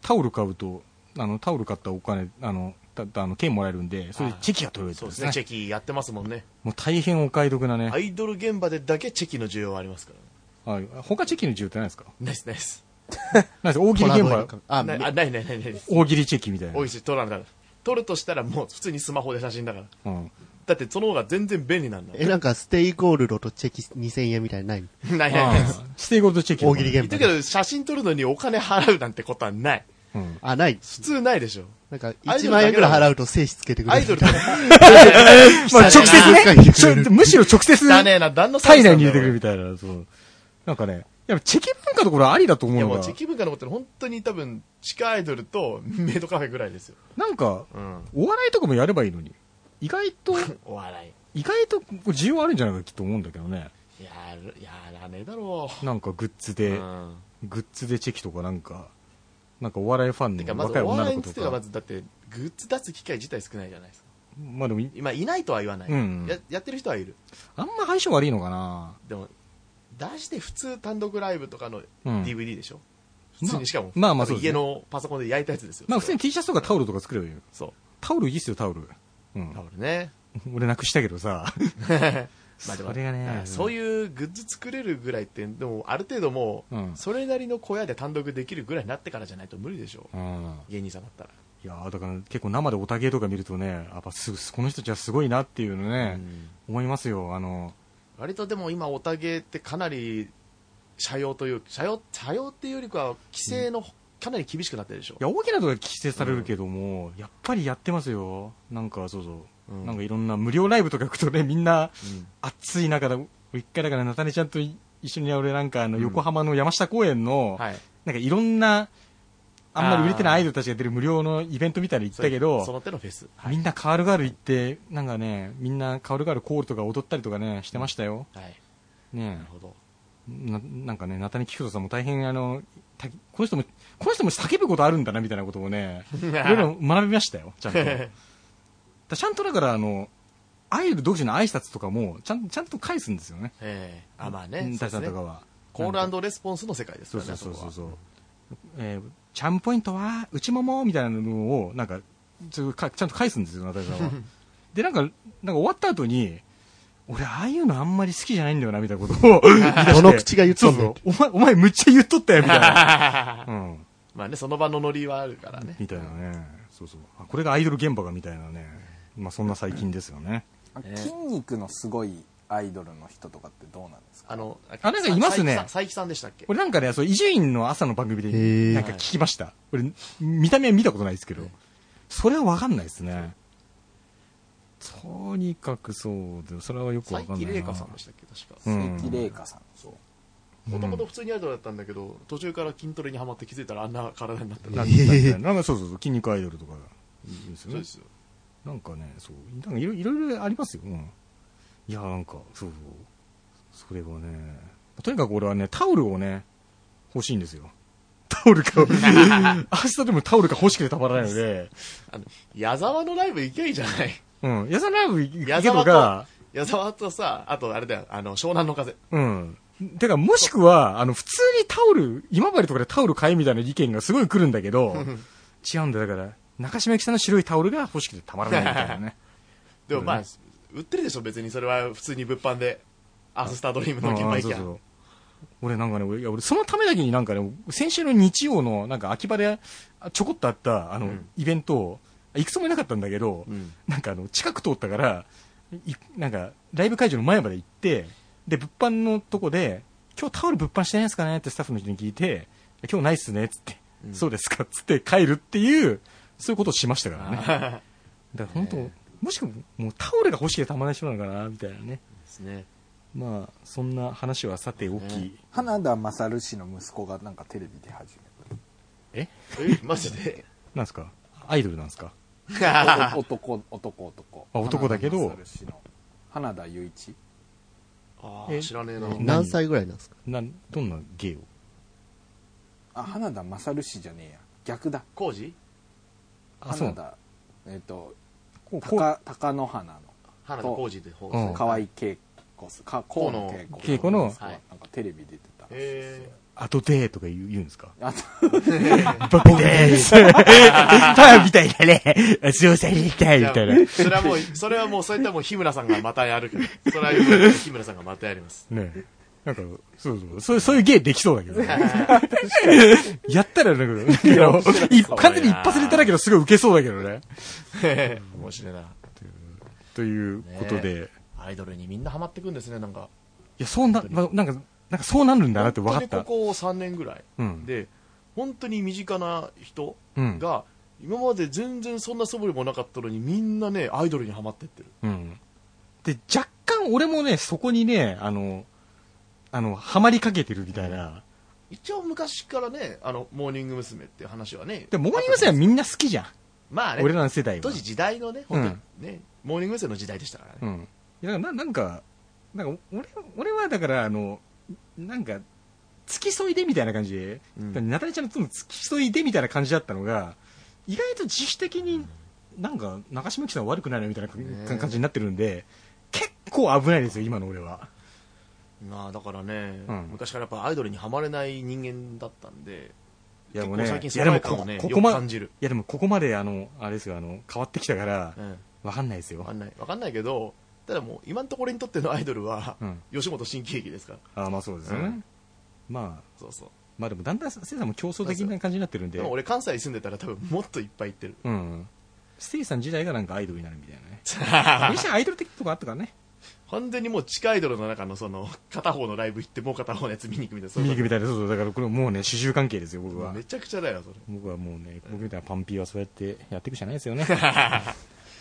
Speaker 1: タオル買うと、あの、タオル買ったお金、あの、たあの券もらえるんで、それでチェキが取れるって
Speaker 2: そう
Speaker 1: こ
Speaker 2: で
Speaker 1: と
Speaker 2: すね。チェキやってますもんね。
Speaker 1: もう大変お買い得なね。
Speaker 2: アイドル現場でだけチェキの需要はありますからね。
Speaker 1: はい。他チェキの自由ってないですか
Speaker 2: ナイスナイス。
Speaker 1: ないです。大喜利現場、
Speaker 4: あ、
Speaker 2: な
Speaker 4: ね
Speaker 2: いあ、ないないないないです。
Speaker 1: 大喜利チェキみたいな
Speaker 2: お。いしい、撮らない。撮るとしたらもう普通にスマホで写真だから。
Speaker 1: うん。
Speaker 2: だってその方が全然便利なんだ。
Speaker 4: え、なんか、ステイゴールドとチェキ2000円みたいなのな い
Speaker 2: ないないないです。
Speaker 1: ああステイゴールドチェキと
Speaker 4: 大
Speaker 1: かね。
Speaker 4: 喜利現
Speaker 2: だ
Speaker 4: 場
Speaker 2: け
Speaker 4: で。
Speaker 2: ど写真撮るのにお金払うなんてことはない。
Speaker 1: うん
Speaker 4: あ、ない。
Speaker 2: 普通ない でしょ。
Speaker 4: なんか、
Speaker 2: アイド
Speaker 4: 1
Speaker 2: ルだ
Speaker 4: 万
Speaker 2: け
Speaker 4: 円ぐらい払うと精子つけてくれ
Speaker 2: ア
Speaker 4: る
Speaker 2: イ
Speaker 4: み
Speaker 2: ド
Speaker 4: たい
Speaker 2: ル
Speaker 4: な。
Speaker 2: だ
Speaker 1: まあ、直接
Speaker 4: 汚
Speaker 1: ね
Speaker 4: いな
Speaker 1: ちょ、むしろ直接、
Speaker 2: だねえな、旦那さん
Speaker 1: 体内に入れてくるみたいな、そう。なんかね、やっぱチェキ文化のところありだと思
Speaker 2: いうや
Speaker 1: の
Speaker 2: もう
Speaker 1: が
Speaker 2: 地、域文化のこと本当に多分、地下アイドルとメイドカフェぐらいですよ。
Speaker 1: なんか、
Speaker 2: うん。
Speaker 1: お笑いとかもやればいいのに、意外 と、
Speaker 2: お笑
Speaker 1: 意外と需要あるんじゃないかきっと思うんだけどね。
Speaker 2: い。やる、やらねえだろ
Speaker 1: なんかグッズ
Speaker 2: う。う
Speaker 1: で、
Speaker 2: ん。
Speaker 1: グッズでチェキとかなんか、なんかお笑いファン
Speaker 2: てか、
Speaker 1: の
Speaker 2: まず
Speaker 1: 若い
Speaker 2: お
Speaker 1: 女の
Speaker 2: 笑い
Speaker 1: 子
Speaker 2: につい
Speaker 1: と
Speaker 2: てはま
Speaker 1: か、
Speaker 2: ず、だって、グッズ出す機会自体少ないじゃないですか。
Speaker 1: まあでも、
Speaker 2: 今、いないとは言わない。
Speaker 1: うん
Speaker 2: ややってる人はいる。
Speaker 1: あんま相性悪いのかな
Speaker 2: でも、出して普通単独ライブとかの
Speaker 1: うん
Speaker 2: DVD でしょ、普通にしかも、
Speaker 1: まあまあそうですね
Speaker 2: 家のパソコンで焼いたやつですよ。
Speaker 1: まあ普通に T シャツとかタオルとか作ればいいよ。
Speaker 2: そ
Speaker 1: タオルいいっすよ、タオル。うん
Speaker 2: う。タ。オルね。
Speaker 1: 俺なくしたけどさ。
Speaker 2: まあでも
Speaker 1: それがね
Speaker 2: あそういうグッズ作れるぐらいって、でもある程度もう、
Speaker 1: うん
Speaker 2: それなりの小屋で単独できるぐらいになってからじゃないと無理でしょ
Speaker 1: う
Speaker 2: う、
Speaker 1: ん。
Speaker 2: 芸人さんだったら。
Speaker 1: いやーだから結構生でオタゲとか見るとね、やっぱすぐ、この人たちはすごいなっていうのね、思いますよ。あの、
Speaker 2: 割とでも今、オタゲってかなり、社用という、社用、社用っていうよりかは、規制の、かなり厳しくなってるでし
Speaker 1: い。
Speaker 2: ょ
Speaker 1: や、大きなとこは規制されるけども、やっぱりやってますよ。なんか、そうそう。
Speaker 2: うん
Speaker 1: なんかいろんな無料ライブとか行くとね、みんな
Speaker 2: うん
Speaker 1: 暑い中で、一回だからなたねちゃんとい一緒に俺なんかあの横浜の山下公園の、
Speaker 2: はい。
Speaker 1: なんかいろんな、あんまり売れてないアイドルたちが出る無料のイベントみたいに行ったけ
Speaker 2: そ
Speaker 1: ど
Speaker 2: う、その手のフェス。
Speaker 1: みんなカールガール行って、なんかね、みんなカールガールコールとか踊ったりとかね、してましたよ。
Speaker 2: はい。
Speaker 1: ね
Speaker 2: なるほど。
Speaker 1: ななんかね、ナタニキクトさんも大変あの、たこの人も、この人も叫ぶことあるんだなみたいなことを ね、いろいろ学びましたよ、ちゃんと。だちゃんとだから、あの、アイドル独自の挨拶とかも、ちゃんちゃんと返すんですよね。
Speaker 2: ええあ、まあ
Speaker 1: う
Speaker 2: ね。
Speaker 1: ん
Speaker 2: そう
Speaker 1: タチさん
Speaker 2: ですね
Speaker 1: とかは。
Speaker 2: コ
Speaker 1: なん
Speaker 2: ー
Speaker 1: か
Speaker 2: ルレスポンスの世界です
Speaker 1: そ
Speaker 2: か
Speaker 1: う
Speaker 2: ら
Speaker 1: そ
Speaker 2: ね、
Speaker 1: うそうそう
Speaker 2: そ
Speaker 1: そ
Speaker 2: こ
Speaker 1: う
Speaker 2: は。
Speaker 1: えーチャンポイントは、内ももみたいなのを、なんか、ちょかちゃんと返すんですよ、ナタニさん は。で、なんか、なんか終わった後に、俺、ああいうのあんまり好きじゃないんだよな、みたいなこと を言い出して。
Speaker 4: どの口が言っとんねん
Speaker 1: そうそうお前、お前、むっちゃ言っとったよ、みたいな。うん。
Speaker 2: まあね、その場のノリはあるからね。
Speaker 1: みたいなね。そうそう。あこれがアイドル現場か、みたいなね。まあ、そんな最近ですよね。
Speaker 3: 筋肉のすごいアイドルの人とかってどうなんですか
Speaker 2: あの、あ
Speaker 1: なんかいますね
Speaker 2: 佐伯さん佐伯さんでしたっけ
Speaker 1: 俺なんかね、そう、伊集院の朝の番組で、
Speaker 4: へー
Speaker 1: なんか聞きました。俺、見た目は見たことないですけど、それはわかんないですね。とにかくそうで、それはよくわ
Speaker 2: 佐
Speaker 1: かんない
Speaker 2: 伯
Speaker 1: な。
Speaker 2: 玲香さんでしたっけ
Speaker 1: う
Speaker 2: 確か。
Speaker 1: ん
Speaker 3: 鈴木玲香さんそう
Speaker 2: もともと普通にアイドルだったんだけど、途中から筋トレにはまって気づいたらあんな体になったん
Speaker 1: な
Speaker 2: だそ
Speaker 1: んかねなんかそうそうそう、筋肉アイドルとかいいですよ
Speaker 2: う
Speaker 1: ね
Speaker 2: で。すよ。
Speaker 1: なんかね、そう、なんかいろいろいろありますよ。うん。いや、なんか、そうそう。それはね、とにかく俺はね、タオルをね、欲しいんですよ。タオル が、明日でもタオルが欲しくてたまらないので、
Speaker 2: あの、矢沢のライブ行けばいいじゃない。
Speaker 1: うん。矢沢ライブ行
Speaker 2: 矢
Speaker 1: け
Speaker 2: 沢
Speaker 1: と
Speaker 2: と
Speaker 1: か、、
Speaker 2: 矢沢とさ、あとあれだよ、あの、湘南の風。
Speaker 1: うん。てか、もしくは、あの、普通にタオル、今治とかでタオル買えみたいな意見がすごい来るんだけど、違うんだよ、だから、中島由紀さんの白いタオルが欲しくてたまらないみたいなね。
Speaker 2: でもまあ
Speaker 1: そ、
Speaker 2: 売ってるでしょ、別にそれは普通に物販で。アースタードリームの現場
Speaker 1: あ
Speaker 2: 行き
Speaker 1: そう
Speaker 2: ゃ。
Speaker 1: そう俺なんかね、俺、いや俺そのためだけになんかね、先週の日曜のなんか秋葉であちょこっとあった、あの、
Speaker 2: ん
Speaker 1: イベントを、いくつもいなかったんだけど、
Speaker 2: うん
Speaker 1: なんかあの、近く通ったから、いなんか、ライブ会場の前まで行って、で、物販のとこで、今日タオル物販してないですかねってスタッフの人に聞いて、今日ないっすねっつって、そうですかっつって帰るっていう、そういうことをしましたからね。 だから本当、もしくはもうタオルが欲しいでたまらない人なのかな、みたいなね。
Speaker 2: ですね。
Speaker 1: まあ、そんな話はさておき、
Speaker 2: ね
Speaker 3: 花田勝氏の息子がなんかテレビで 始め
Speaker 2: ええマジで
Speaker 1: なんですかアイドルなんですか
Speaker 3: たお男男男
Speaker 1: あ男だけど
Speaker 3: 花田勝氏の花田雄一
Speaker 2: あ
Speaker 1: え
Speaker 2: あ、知らねえな。
Speaker 4: 何歳ぐらいなんですか
Speaker 1: なん、どんな芸を
Speaker 3: あ花田勝氏じゃねえや逆だ
Speaker 2: コージ
Speaker 1: あ、そう
Speaker 3: 花
Speaker 1: なんだ。
Speaker 3: 田えっ、と
Speaker 1: こう、こう、
Speaker 3: 高高野花
Speaker 2: 花田コージで方です
Speaker 1: う
Speaker 2: ね
Speaker 1: ん。
Speaker 3: 河合恵子さんか河野
Speaker 1: 恵
Speaker 3: 恵
Speaker 1: 子
Speaker 3: 子
Speaker 1: の
Speaker 3: 息子がなんかテレビ出てたらしいですよ
Speaker 2: へ
Speaker 1: あとでーとか言う言うんですか
Speaker 3: あと
Speaker 1: 僕でーすパンみたいなね、強さにいたい
Speaker 2: じ
Speaker 1: み
Speaker 2: ゃあ
Speaker 1: たいな。ね
Speaker 2: それ はもう、それはもう、そういったもう日村さんがまたやるから。それはもう日村さんがまたやります。
Speaker 1: なんか、そうそう、そうそういう芸できそうだけど。 やったらなんか、いやい完全に一発で言っただけど、すごいウケそうだけどね。
Speaker 2: 面白いな。
Speaker 1: ということで、
Speaker 2: アイドルにみんなハマってくんですね、 なんか。
Speaker 1: いや、そうな、まなんか、なんかそうなるんだなって分かっ
Speaker 2: 本当に
Speaker 1: た。
Speaker 2: ここ3年ぐらい。
Speaker 1: うん
Speaker 2: で、本当に身近な人
Speaker 1: うん
Speaker 2: が、今まで全然そんな素振りもなかったのにみんなねアイドルにはまってってる
Speaker 1: うん。で、若干俺もね、そこにね、あの、あの、ハマりかけてるみたいな。
Speaker 2: 一応昔からねあのモーニング娘。っていう話はね
Speaker 1: で、モーニング娘。はみんな好きじゃん。
Speaker 2: まあね
Speaker 1: 俺らの世代は。
Speaker 2: 当時時代のね本当にね、モーニング娘。の時代でしたからね、
Speaker 1: うん。いや、ななんか、なんか、俺、俺はだから、あの、なんか、付き添いでみたいな感じで、
Speaker 2: うん
Speaker 1: ナタリちゃんの妻付き添いでみたいな感じだったのが、意外と自主的に、なんか、中島貴さん悪くないなみたいなか
Speaker 2: ね
Speaker 1: 感じになってるんで、結構危ないですよ、今の俺は。
Speaker 2: まあだからね、
Speaker 1: うん
Speaker 2: 昔からやっぱアイドルにはまれない人間だったんで
Speaker 1: いや、
Speaker 2: 結
Speaker 1: も
Speaker 2: 構
Speaker 1: うね、
Speaker 2: 最近
Speaker 1: いやでも
Speaker 2: 世界観をね
Speaker 1: こここま
Speaker 2: よく感じる
Speaker 1: いや、でもここまで、あの、あれですよ、あの、変わってきたから
Speaker 2: う、ん
Speaker 1: わかんないですよ
Speaker 2: わか。んないわかんないけどただもう今のところにとってのアイドルは、
Speaker 1: うん
Speaker 2: 吉本新喜劇ですから
Speaker 1: ああ、まあそうですよね。
Speaker 2: うん
Speaker 1: まあ、
Speaker 2: そうそう
Speaker 1: まあでも、だんだん、せいさんも競争的な感じになってるんで
Speaker 2: でも、俺関西に住んでたら多分もっといっぱい行ってる
Speaker 1: うん。ステイさん自体がなんかアイドルになるみたいなね。 昔はアイドル的とこあったからね。
Speaker 2: 完全にもう地下アイドルの中のその片方のライブ行ってもう片方のやつ見に行くみたいなそう
Speaker 1: 見
Speaker 2: い
Speaker 1: に
Speaker 2: う
Speaker 1: 行くみたいな、そうそう、だからこれもうね、主従関係ですよ、僕は
Speaker 2: め。ちゃくちゃだよそれ
Speaker 1: 僕はもうね、僕みたいなパンピーはそうやってやっていくしかないですよ ね。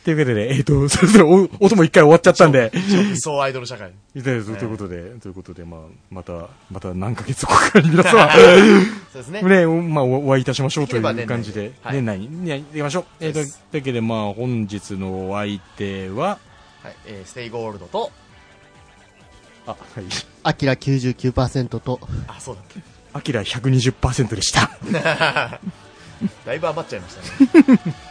Speaker 1: ということで、えっ、と、 そろそろお音も一回終わっちゃったんで、
Speaker 2: そうアイドル社会
Speaker 1: いたですということで、ということで、まあ、また、また何ヶ月後かに皆様、
Speaker 2: そうですね
Speaker 1: ね、おまあ、おお会いいたしましょうとい
Speaker 2: できれば
Speaker 1: う
Speaker 2: 年内
Speaker 1: 感じで、
Speaker 2: はい
Speaker 1: 年内に、ね、行きましょう。えーと、と
Speaker 2: で
Speaker 1: いう
Speaker 2: す
Speaker 1: わけで、まあ、本日のお相手は、
Speaker 2: はい、えーステイゴールドと
Speaker 1: あ、はい、
Speaker 4: アキラ99%と、
Speaker 2: あそうだっけ
Speaker 1: アキラ120%でした。
Speaker 2: だいぶ余っちゃいましたね